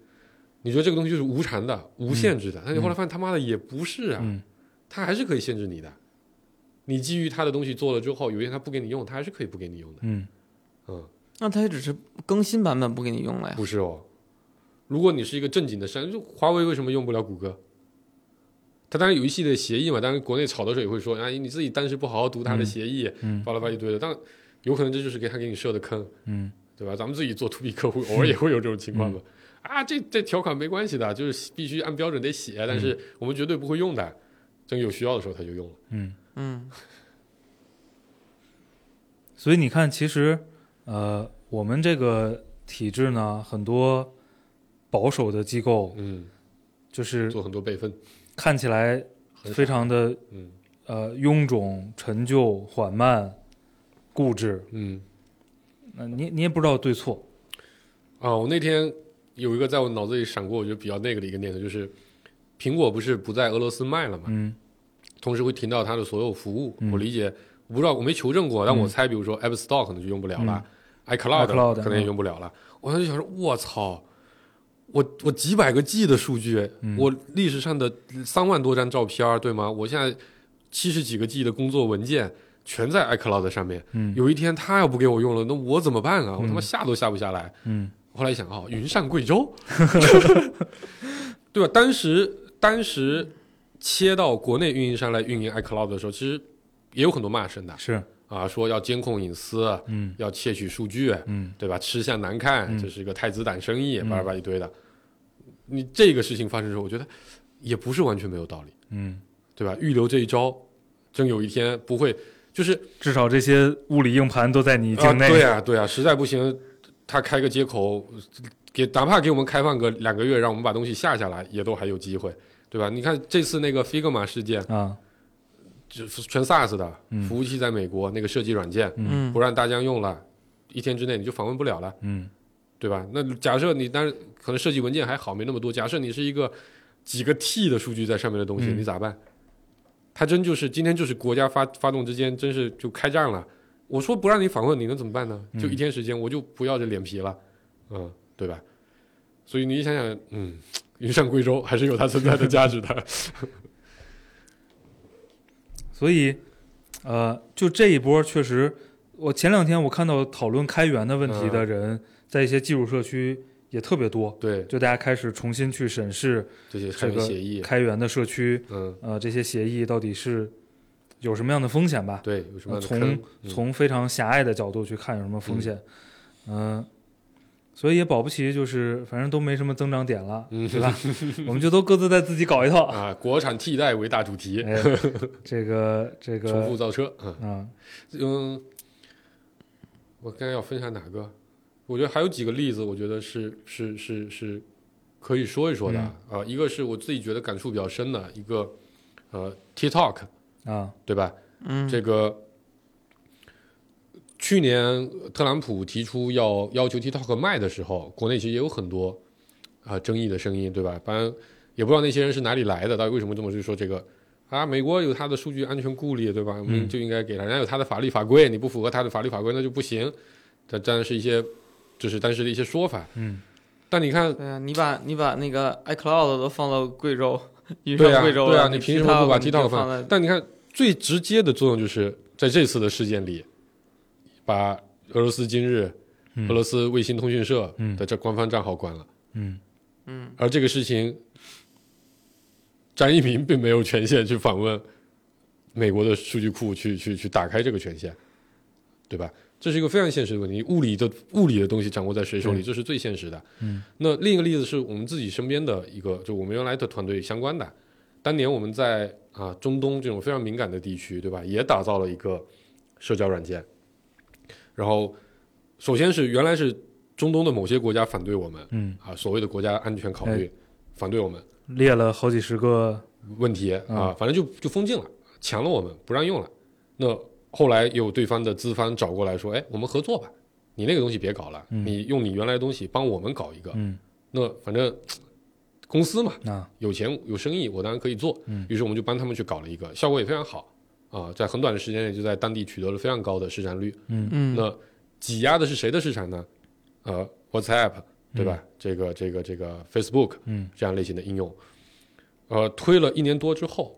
Speaker 5: 你觉得这个东西就是无偿的、无限制的，但你后来发现他妈的也不是啊，
Speaker 4: 嗯
Speaker 5: 它还是可以限制你的。你基于它的东西做了之后，有一天它不给你用，它还是可以不给你用的。
Speaker 4: 嗯
Speaker 5: 嗯，
Speaker 3: 那它也只是更新版本不给你用
Speaker 4: 哎
Speaker 3: 了呀。
Speaker 5: 不是哦。如果你是一个正经的商，就华为为什么用不了谷歌？它当然有一系列协议嘛，当然国内炒的时候也会说，哎，你自己当时不好好读它的协议，
Speaker 4: 嗯
Speaker 5: 巴拉巴拉一堆的。但有可能这就是给他给你设的坑，
Speaker 4: 嗯
Speaker 5: 对吧？咱们自己做 to B 客户，偶尔也会有这种情况吧。啊，这这条款没关系的，就是必须按标准得写，但是我们绝对不会用的。真有需要的时候他就用了。
Speaker 4: 嗯，
Speaker 3: 嗯
Speaker 4: 所以你看，其实呃，我们这个体制呢，很多保守的机构
Speaker 5: 嗯，
Speaker 4: 就是
Speaker 5: 做很多备份，
Speaker 4: 看起来
Speaker 5: 很
Speaker 4: 非常的
Speaker 5: 嗯
Speaker 4: 呃臃肿、陈旧、缓慢、固执。
Speaker 5: 嗯
Speaker 4: 那、你你也不知道对错。
Speaker 5: 啊，我那天有一个在我脑子里闪过，我觉得比较那个的一个念头，就是苹果不是不在俄罗斯卖了嘛，
Speaker 4: 嗯
Speaker 5: 同时会停掉它的所有服务。
Speaker 4: 嗯
Speaker 5: 我理解，我不知道我没求证过，
Speaker 4: 嗯
Speaker 5: 但我猜，比如说 App Store 可能就用不了了、i c l o u d
Speaker 4: iCloud，嗯
Speaker 5: 可能也用不了了。我当时就想说，我操！我我几百个 G 的数据，
Speaker 4: 嗯
Speaker 5: 我历史上的三万多张照片儿，对吗？我现在七十几个 G 的工作文件全在 iCloud 上面。
Speaker 4: 嗯
Speaker 5: 有一天他要不给我用了，那我怎么办啊？我他妈
Speaker 4: 嗯
Speaker 5: 下都下不下来。
Speaker 4: 嗯
Speaker 5: 后来一想，哦，云上贵州， (laughs) 对吧？当时当时切到国内运营商来运营 iCloud 的时候，其实也有很多骂声的
Speaker 4: 是
Speaker 5: 啊，说要监控隐私，
Speaker 4: 嗯
Speaker 5: 要窃取数据，
Speaker 4: 嗯
Speaker 5: 对吧？吃相难看，
Speaker 4: 嗯
Speaker 5: 这是一个太子党生意，
Speaker 4: 嗯
Speaker 5: 巴拉巴拉一堆的。你这个事情发生的时候，我觉得也不是完全没有道理，
Speaker 4: 嗯，
Speaker 5: 对吧？预留这一招，真有一天不会，就是
Speaker 4: 至少这些物理硬盘都在你境内。
Speaker 5: 啊。对啊，对啊，实在不行，他开个接口，给哪怕给我们开放个两个月，让我们把东西下下来，也都还有机会，对吧？你看这次那个 Figma 事件，
Speaker 4: 啊
Speaker 5: 就是全 SaaS 的
Speaker 4: 嗯
Speaker 5: 服务器在美国那个设计软件
Speaker 3: 嗯
Speaker 5: 不让大家用了，一天之内你就访问不了了，
Speaker 4: 嗯
Speaker 5: 对吧？那假设你，当然可能设计文件还好，没那么多。假设你是一个几个 T 的数据在上面的东西，
Speaker 4: 嗯
Speaker 5: 你咋办？他真就是今天就是国家发发动之间，真是就开战了。我说不让你访问，你能怎么办呢？
Speaker 4: 嗯
Speaker 5: 就一天时间，我就不要这脸皮了，嗯，对吧？所以你想想，嗯，云上贵州还是有它存在的价值的。 (laughs)
Speaker 4: 所以呃，就这一波确实，我前两天我看到讨论开源的问题的人，在一些技术社区也特别多，
Speaker 5: 对，
Speaker 4: 就大家开始重新去审视
Speaker 5: 这些开源协议，
Speaker 4: 开源的社区，
Speaker 5: 嗯，
Speaker 4: 呃，这些协议到底是有什么样的风险吧？
Speaker 5: 对，有什么
Speaker 4: 呃
Speaker 5: 样的坑
Speaker 4: 从？从非常狭隘的角度去看有什么风险，嗯、所以也保不齐就是反正都没什么增长点了，
Speaker 5: 嗯 (laughs)
Speaker 4: 对吧？我们就都各自再自己搞一
Speaker 5: 嗯
Speaker 4: 套，
Speaker 5: 啊，国产替代为大主题， (laughs)
Speaker 4: 哎，这个这个
Speaker 5: 重复造车，嗯。
Speaker 4: 啊，
Speaker 5: 嗯，我刚才要分享哪个？我觉得还有几个例子，我觉得是是是是可以说一说的啊、呃一个是我自己觉得感触比较深的一个，呃，TikTok
Speaker 4: 啊，
Speaker 5: 对吧？嗯，这个去年特朗普提出要要求 TikTok 卖的时候，国内其实也有很多啊、呃争议的声音，对吧？反正也不知道那些人是哪里来的，到底为什么这么就说这个啊？美国有它的数据安全顾虑，对吧？我们就应该给他，人家有他的法律法规，你不符合他的法律法规那就不行。这当然是一些就是当时的一些说法，
Speaker 4: 嗯。
Speaker 5: 但你看，
Speaker 3: 对啊，你把你把那个 iCloud 都放到贵
Speaker 5: (laughs)
Speaker 3: 州，云
Speaker 5: 对
Speaker 3: 上
Speaker 5: 啊，
Speaker 3: 贵州
Speaker 5: 对
Speaker 3: 了，
Speaker 5: 啊，你凭什么不
Speaker 3: TikTok
Speaker 5: 把
Speaker 3: 你
Speaker 5: TikTok
Speaker 3: 就放
Speaker 5: 放？
Speaker 3: 在？
Speaker 5: 但你看最直接的作用就是在这次的事件里，把俄罗斯今日、
Speaker 4: 嗯
Speaker 5: 俄罗斯卫星通讯社
Speaker 4: 嗯
Speaker 5: 的这官方账号关了，
Speaker 4: 嗯
Speaker 3: 嗯，
Speaker 5: 而这个事情，张一鸣并没有权限去访问美国的数据库去去去打开这个权限，对吧？这是一个非常现实的问题，物理的物理的东西掌握在谁手里，
Speaker 4: 对
Speaker 5: 这是最现实的。
Speaker 4: 嗯，
Speaker 5: 那另一个例子是我们自己身边的一个，就我们原来的团队相关的，当年我们在啊中东这种非常敏感的地区，对吧？也打造了一个社交软件，然后首先是原来是中东的某些国家反对我们，
Speaker 4: 嗯，
Speaker 5: 啊，所谓的国家安全考虑、反对我们
Speaker 4: 列了好几十个，
Speaker 5: 问题
Speaker 4: 嗯
Speaker 5: 啊，反正就就封禁了，强了我们不让用了。那后来有对方的资方找过来说，哎，我们合作吧，你那个东西别搞了，你用你原来的东西帮我们搞一个。
Speaker 4: 嗯
Speaker 5: 那反正公司嘛，
Speaker 4: 啊，
Speaker 5: 有钱有生意，我当然可以做。
Speaker 4: 嗯
Speaker 5: 于是我们就帮他们去搞了一个，效果也非常好啊、在很短的时间内就在当地取得了非常高的市占率。
Speaker 3: 嗯，
Speaker 5: 那挤压的是谁的市场呢？呃，WhatsApp 对吧？这个这个这个 Facebook
Speaker 4: 嗯
Speaker 5: 这样类型的应用，呃，推了一年多之后，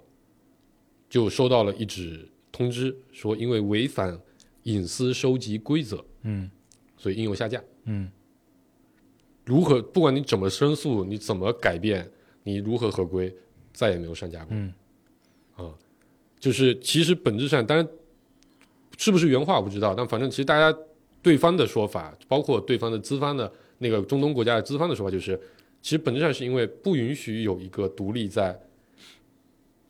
Speaker 5: 就收到了一纸通知，说因为违反隐私收集规则，
Speaker 4: 嗯
Speaker 5: 所以应用下架。
Speaker 4: 嗯
Speaker 5: 如何不管你怎么申诉，你怎么改变，你如何合规，再也没有上架过。啊
Speaker 4: 嗯
Speaker 5: 就是其实本质上，当然是不是原话我不知道，但反正其实大家对方的说法，包括对方的资方的那个中东国家的资方的说法，就是其实本质上是因为不允许有一个独立在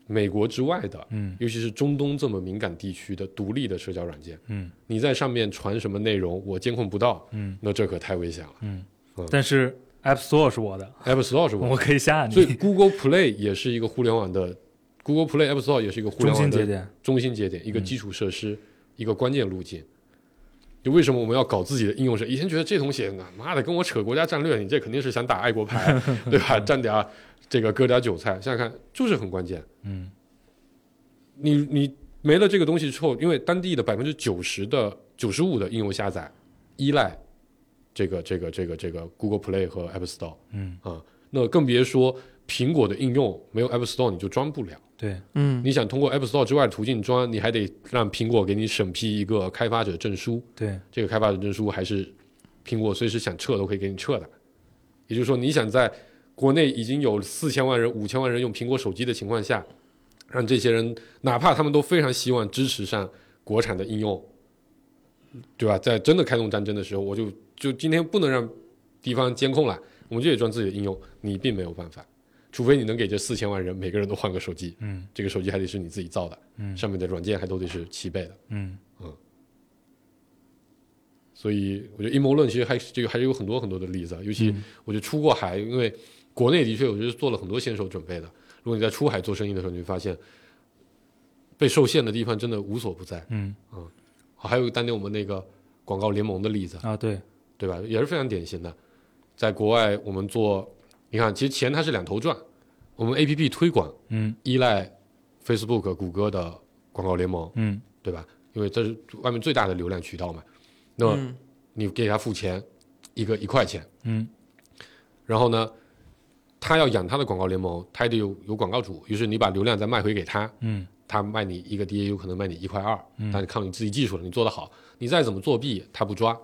Speaker 5: 美国之外的，
Speaker 4: 嗯，
Speaker 5: 尤其是中东这么敏感地区的独立的社交软件，
Speaker 4: 嗯，
Speaker 5: 你在上面传什么内容，我监控不到，
Speaker 4: 嗯，
Speaker 5: 那这可太危险了。
Speaker 4: 但是 App Store 是我的，
Speaker 5: App Store 是
Speaker 4: 我可以下 (laughs)
Speaker 5: 所
Speaker 4: 你
Speaker 5: 以。Google Play 也是一个互联网的，Google Play App Store 也是一个互
Speaker 4: 中
Speaker 5: 联
Speaker 4: 心
Speaker 5: 网
Speaker 4: 节
Speaker 5: 的
Speaker 4: 点，
Speaker 5: 中心节点，
Speaker 4: 嗯
Speaker 5: 一个基础设施，一个关键路径。就为什么我们要搞自己的应用设计？以前觉得这东西，那妈的跟我扯国家战略，你这肯定是想打爱国牌，啊
Speaker 4: (laughs)
Speaker 5: 对吧？占点儿这个割点儿韭菜，想想看，就是很关键。
Speaker 4: 嗯，
Speaker 5: 你你没了这个东西之后，因为当地的百分之九十的九十五的应用下载依赖这个这个这个这个 Google Play 和 App Store，
Speaker 4: 嗯
Speaker 5: 啊，那更别说苹果的应用没有 App Store 你就装不了。
Speaker 4: 对，
Speaker 3: 嗯，
Speaker 5: 你想通过 App Store 之外的途径装，你还得让苹果给你审批一个开发者证书，
Speaker 4: 对，
Speaker 5: 这个开发者证书还是苹果随时想撤都可以给你撤的。也就是说，你想在国内已经有四千万人、五千万人用苹果手机的情况下，让这些人哪怕他们都非常希望支持上国产的应用，对吧？在真的开动战争的时候，我就就今天不能让敌方监控了，我们就得装自己的应用，你并没有办法。除非你能给这四千万人每个人都换个手机，
Speaker 4: 嗯，
Speaker 5: 这个手机还得是你自己造的，
Speaker 4: 嗯
Speaker 5: 上面的软件还都得是齐备的，
Speaker 4: 嗯
Speaker 5: 所以我觉得阴谋论其实还是这个还是有很多很多的例子啊，尤其我觉得出过海，因为国内的确我觉得是做了很多先手准备的。如果你在出海做生意的时候，你会发现被受限的地方真的无所不在。
Speaker 4: 嗯
Speaker 5: 还有当年我们那个广告联盟的例子，
Speaker 4: 啊，对，
Speaker 5: 对吧？也是非常典型的。在国外，我们做，你看，其实钱它是两头赚。我们 A P P 推广
Speaker 4: 嗯
Speaker 5: 依赖 Facebook、谷歌的广告联盟，
Speaker 4: 嗯
Speaker 5: 对吧？因为这是外面最大的流量渠道嘛。那
Speaker 3: 嗯
Speaker 5: 你给他付钱，一个一块钱，
Speaker 4: 嗯
Speaker 5: 然后呢，他要养他的广告联盟，他也得有有广告主，于是你把流量再卖回给他，
Speaker 4: 嗯
Speaker 5: 他卖你一个 DAU 可能卖你一块二，但是靠你自己技术了，你做得好，你再怎么作弊他不抓。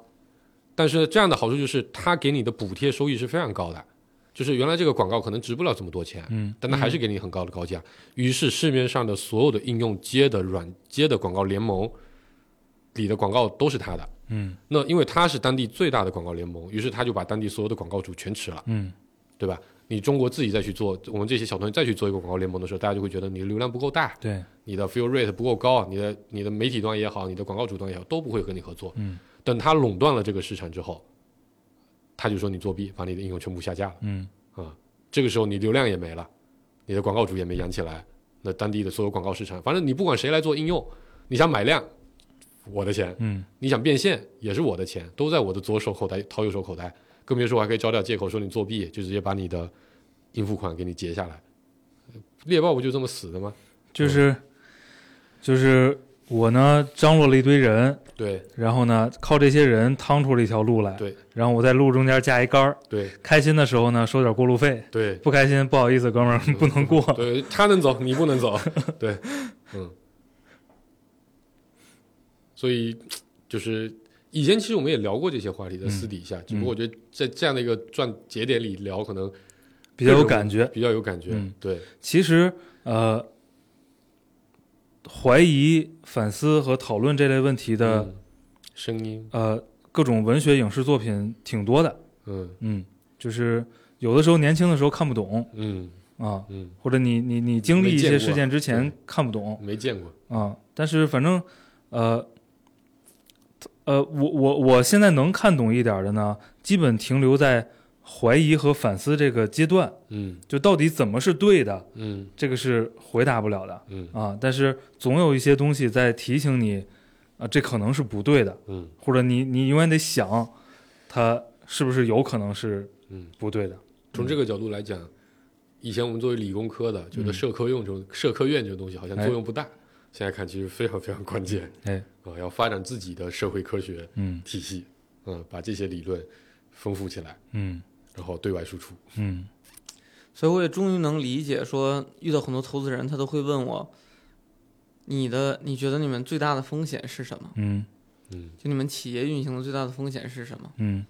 Speaker 5: 但是这样的好处就是，他给你的补贴收益是非常高的，就是原来这个广告可能值不了这么多钱，
Speaker 4: 嗯，
Speaker 5: 但他还是给你很高的高价。于是市面上的所有的应用接的软接的广告联盟里的广告都是他的，
Speaker 4: 嗯
Speaker 5: 那因为他是当地最大的广告联盟，于是他就把当地所有的广告主全吃了。
Speaker 4: 嗯
Speaker 5: 对吧？你中国自己再去做，我们这些小团队再去做一个广告联盟的时候，大家就会觉得你的流量不够大，
Speaker 4: 对，
Speaker 5: 你的 fill rate 不够高，你的你的媒体端也好，你的广告主端也好，都不会和你合作。
Speaker 4: 嗯，
Speaker 5: 等他垄断了这个市场之后，他就说你作弊，把你的应用全部下架了。啊
Speaker 4: 嗯
Speaker 5: 这个时候你流量也没了，你的广告主也没养起来，那当地的所有广告市场，反正你不管谁来做应用，你想买量，我的钱，
Speaker 4: 嗯，
Speaker 5: 你想变现也是我的钱，都在我的左手口袋掏右手口袋，更别说我还可以找点借口说你作弊，就直接把你的应付款给你截下来。猎豹不就这么死的吗？
Speaker 4: 就是就是我呢张罗了一堆人，
Speaker 5: 对
Speaker 4: 然后呢靠这些人趟出了一条路来，
Speaker 5: 对，
Speaker 4: 然后我在路中间架一杆儿，
Speaker 5: 对
Speaker 4: 开心的时候呢收点过路费，
Speaker 5: 对
Speaker 4: 不开心不好意思，哥
Speaker 5: (laughs)
Speaker 4: 们儿不能过。
Speaker 5: 对，他能走，你不能走，对，嗯。所以就是以前其实我们也聊过这些话题，在私底下，只不过我觉得在这样的一个转节点里聊，可能
Speaker 4: 比较有感觉。
Speaker 5: 比较有感觉。
Speaker 4: 嗯
Speaker 5: 对，
Speaker 4: 其实呃，怀疑、反思和讨论这类问题的、
Speaker 5: 嗯声音，
Speaker 4: 呃各种文学影视作品挺多的，
Speaker 5: 嗯
Speaker 4: 嗯，就是有的时候年轻的时候看不懂
Speaker 5: 嗯
Speaker 4: 啊，
Speaker 5: 嗯，
Speaker 4: 或者你你你经历一
Speaker 5: 没见
Speaker 4: 些
Speaker 5: 过
Speaker 4: 事件之前
Speaker 5: 对
Speaker 4: 看不懂，
Speaker 5: 没见过，
Speaker 4: 啊，但是反正，呃，呃，我我我现在能看懂一点儿的呢，基本停留在怀疑和反思这个阶段，
Speaker 5: 嗯
Speaker 4: 就到底怎么是对的，
Speaker 5: 嗯
Speaker 4: 这个是回答不了的
Speaker 5: 嗯
Speaker 4: 啊。但是总有一些东西在提醒你，啊、这可能是不对的，
Speaker 5: 嗯
Speaker 4: 或者你你永远得想，它是不是有可能是
Speaker 5: 嗯。
Speaker 4: 不对的。
Speaker 5: 从这个角度来讲，以前我们作为理工科的，觉得
Speaker 4: 嗯
Speaker 5: 社科用这种社科院这个东西好像
Speaker 4: 哎
Speaker 5: 作用不大，现在看其实非常非常关键
Speaker 4: 哎，
Speaker 5: 啊、要发展自己的社会科学
Speaker 4: 嗯
Speaker 5: 体系，嗯，把这些理论丰富起来，
Speaker 4: 嗯
Speaker 5: 然后对外输出。
Speaker 4: 嗯
Speaker 3: 所以我也终于能理解，说遇到很多投资人，他都会问我，你的你觉得你们最大的风险是什么？
Speaker 4: 嗯
Speaker 5: 嗯
Speaker 3: 就你们企业运行的最大的风险是什么？
Speaker 4: 嗯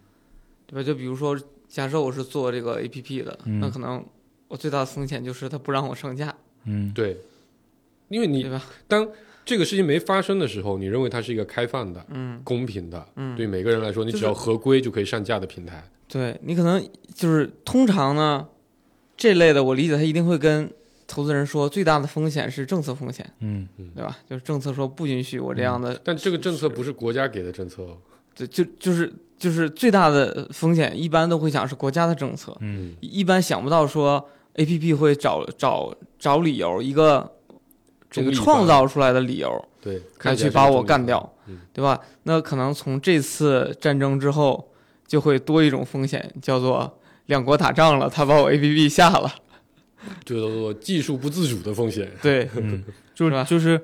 Speaker 3: 对吧？就比如说，假设我是做这个 APP 的，
Speaker 4: 嗯
Speaker 3: 那可能我最大的风险就是他不让我上架，
Speaker 4: 嗯，
Speaker 5: 对，因为
Speaker 3: 对
Speaker 5: 你
Speaker 3: 吧？
Speaker 5: 当这个事情没发生的时候，你认为它是一个开放的、
Speaker 3: 嗯，
Speaker 5: 公平的，
Speaker 3: 嗯
Speaker 5: 对每个人来说，你
Speaker 3: 就是
Speaker 5: 只要合规就可以上架的平台。
Speaker 3: 对你可能就是通常呢，这类的我理解他一定会跟投资人说，最大的风险是政策风险，
Speaker 4: 嗯
Speaker 3: 对吧？就是政策说不允许我这样的，
Speaker 5: 但这个政策不是国家给的政策哦，
Speaker 3: 对，就就是就是最大的风险，一般都会想是国家的政策，
Speaker 4: 嗯
Speaker 3: 一般想不到说 A P P 会找找找理由一个这
Speaker 5: 中
Speaker 3: 个
Speaker 5: 立吧
Speaker 3: 创造出来的理由
Speaker 5: 对，
Speaker 3: 来
Speaker 5: 看起来
Speaker 3: 去
Speaker 5: 是
Speaker 3: 把
Speaker 5: 中
Speaker 3: 我
Speaker 5: 立
Speaker 3: 干
Speaker 5: 的
Speaker 3: 掉，
Speaker 5: 嗯
Speaker 3: 对吧？那可能从这次战争之后，就会多一种风险，叫做两国打仗了，他把我 A P P 下
Speaker 5: (laughs)
Speaker 3: 了，
Speaker 5: 就叫做技术不自主的风险。
Speaker 3: 对，
Speaker 4: 嗯， (laughs) 就是
Speaker 3: 吧
Speaker 4: 是就是，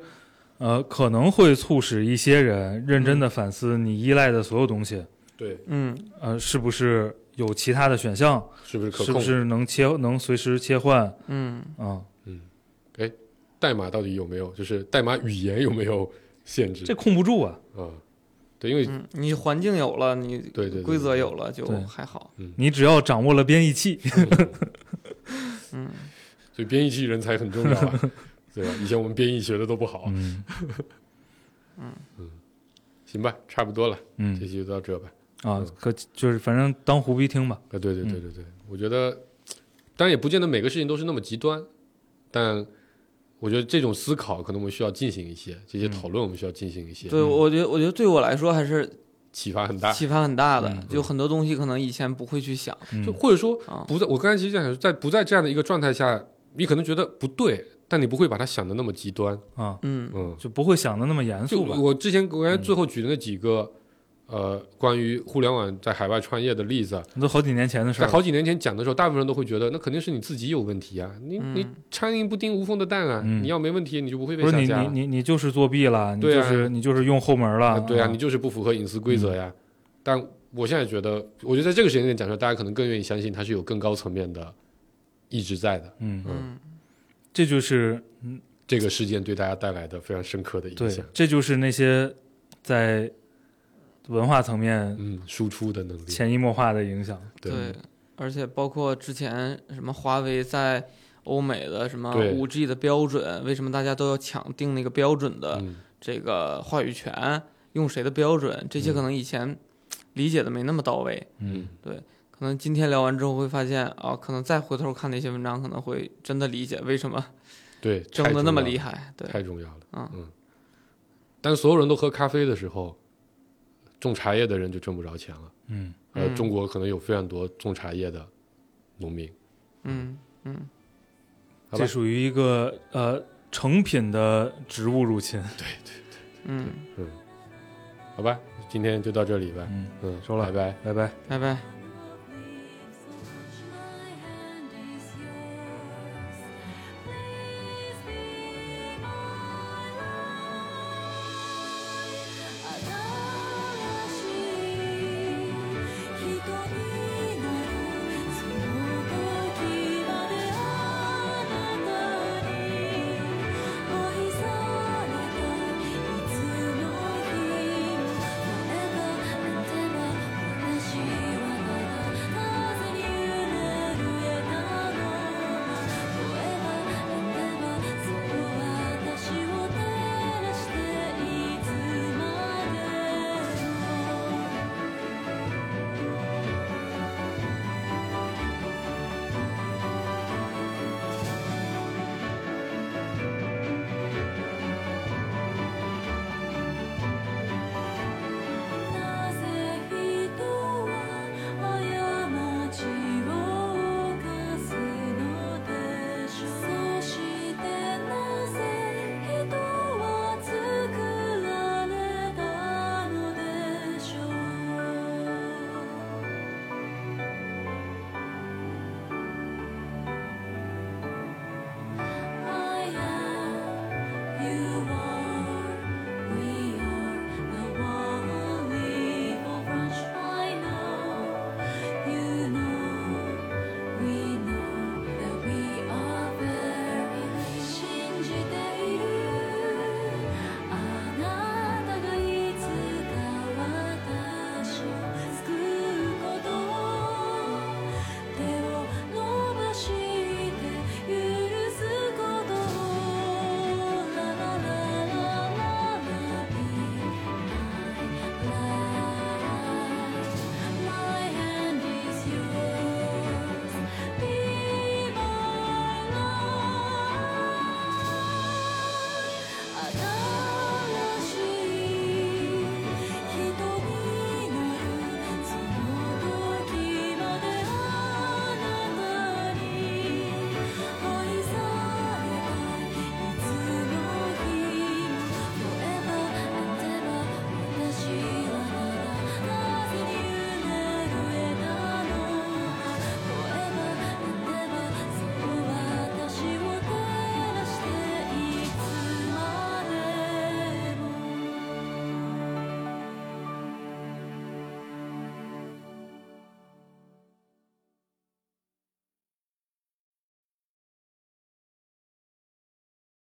Speaker 4: 呃，可能会促使一些人认
Speaker 5: 嗯
Speaker 4: 真的反思你依赖的所有东西，
Speaker 5: 对，
Speaker 3: 嗯，
Speaker 4: 呃，是不是有其他的选项，
Speaker 5: 是不是可
Speaker 4: 是
Speaker 5: 控
Speaker 4: 不
Speaker 5: 的？
Speaker 4: 是能切能随时切换
Speaker 3: 嗯，
Speaker 4: 啊？
Speaker 5: 代码到底有没有？就是代码语言有没有限制
Speaker 4: 这控不住啊，
Speaker 5: 啊？对，因为
Speaker 3: 嗯，你环境有了，你
Speaker 5: 对对对嗯
Speaker 3: 规则有了就
Speaker 4: 对
Speaker 3: 还好，
Speaker 4: 你只要掌握了编译器，
Speaker 3: 嗯，
Speaker 5: 所以编译器人才很重要啊，
Speaker 3: (laughs)
Speaker 5: 对吧？以前我们编译学的都不好，啊
Speaker 4: 嗯
Speaker 5: 行吧，差不多了，这
Speaker 4: 嗯
Speaker 5: 期就到这吧。
Speaker 4: 啊，
Speaker 5: 嗯
Speaker 4: 可就是反正当胡逼听吧，
Speaker 5: 啊，对对
Speaker 4: 嗯
Speaker 5: 对对对，我觉得，当然也不见得每个事情都是那么极端，但我觉得这种思考可能我们需要进行一些，这
Speaker 4: 嗯
Speaker 5: 些讨论我们需要进行一些，
Speaker 3: 对我觉得我觉得对我来说还是
Speaker 5: 启发很大。
Speaker 3: 启发很大的，
Speaker 4: 嗯
Speaker 3: 就很多东西可能以前不会去想，
Speaker 4: 嗯
Speaker 5: 就或者说
Speaker 3: 啊
Speaker 5: 不在，我刚才其实想在不在这样的一个状态下，你可能觉得不对，但你不会把它想的那么极端，
Speaker 4: 啊，
Speaker 3: 嗯
Speaker 5: 嗯。
Speaker 4: 就不会想的那么严
Speaker 5: 就
Speaker 4: 肃吧？嗯
Speaker 5: 我之前我刚才最后举的那几个，呃，关于互联网在海外创业的例子，
Speaker 4: 都好几年前的事
Speaker 5: 在
Speaker 4: 儿了，
Speaker 5: 好几年前讲的时候，大部分人都会觉得那肯定是你自己有问题啊，你、你
Speaker 3: 嗯
Speaker 5: 苍蝇不叮无缝的蛋啊，
Speaker 4: 嗯
Speaker 5: 你要没问题你就不会被
Speaker 4: 不是
Speaker 5: 下
Speaker 4: 你
Speaker 5: 架啊
Speaker 4: 你
Speaker 5: 了。
Speaker 4: 你你就是作弊了，你
Speaker 5: 对
Speaker 4: 就
Speaker 5: 啊
Speaker 4: 是你就是用后门
Speaker 5: 啊
Speaker 4: 了，
Speaker 5: 对啊，你就是不符合隐私规
Speaker 4: 嗯
Speaker 5: 则呀。但我现在觉得，我觉得在这个时间点讲出来，大家可能更愿意相信它是有更高层面的意志在的。
Speaker 4: 嗯，
Speaker 3: 嗯
Speaker 4: 这就是
Speaker 5: 这个事件对大家带来的非常深刻的影
Speaker 4: 对
Speaker 5: 响，，
Speaker 4: 这就是那些在文化层面
Speaker 5: 嗯，输出的能力，
Speaker 4: 潜移默化的影响。
Speaker 5: 对
Speaker 3: 对，而且包括之前什么华为在欧美的什么
Speaker 5: 对
Speaker 3: 五 G 的标准，为什么大家都要抢定那个标准的
Speaker 5: 嗯，
Speaker 3: 这个话语权，用谁的标准，这些
Speaker 5: 嗯
Speaker 3: 可能以前理解的没那么到位，
Speaker 5: 嗯
Speaker 3: 可能今天聊完之后会发现啊，可能再回头看那些文章，可能会真的理解为什么
Speaker 5: 对，
Speaker 3: 争的那么
Speaker 5: 害。
Speaker 3: 厉害，对，
Speaker 5: 太重要了。
Speaker 3: 嗯
Speaker 5: 嗯，当所有人都喝咖啡的时候，种茶叶的人就挣不着钱了。
Speaker 4: 嗯
Speaker 5: 呃，
Speaker 3: 嗯
Speaker 5: 中国可能有非常多种茶叶的农民，
Speaker 3: 嗯
Speaker 5: 好吧
Speaker 4: 这属于一个呃成品的植物入侵。
Speaker 3: 嗯，
Speaker 5: 好吧，今天就到这里吧。
Speaker 4: 嗯，
Speaker 5: 嗯，
Speaker 4: 收了
Speaker 5: 拜拜。
Speaker 4: 拜拜。
Speaker 3: 拜拜。
Speaker 5: 嗯。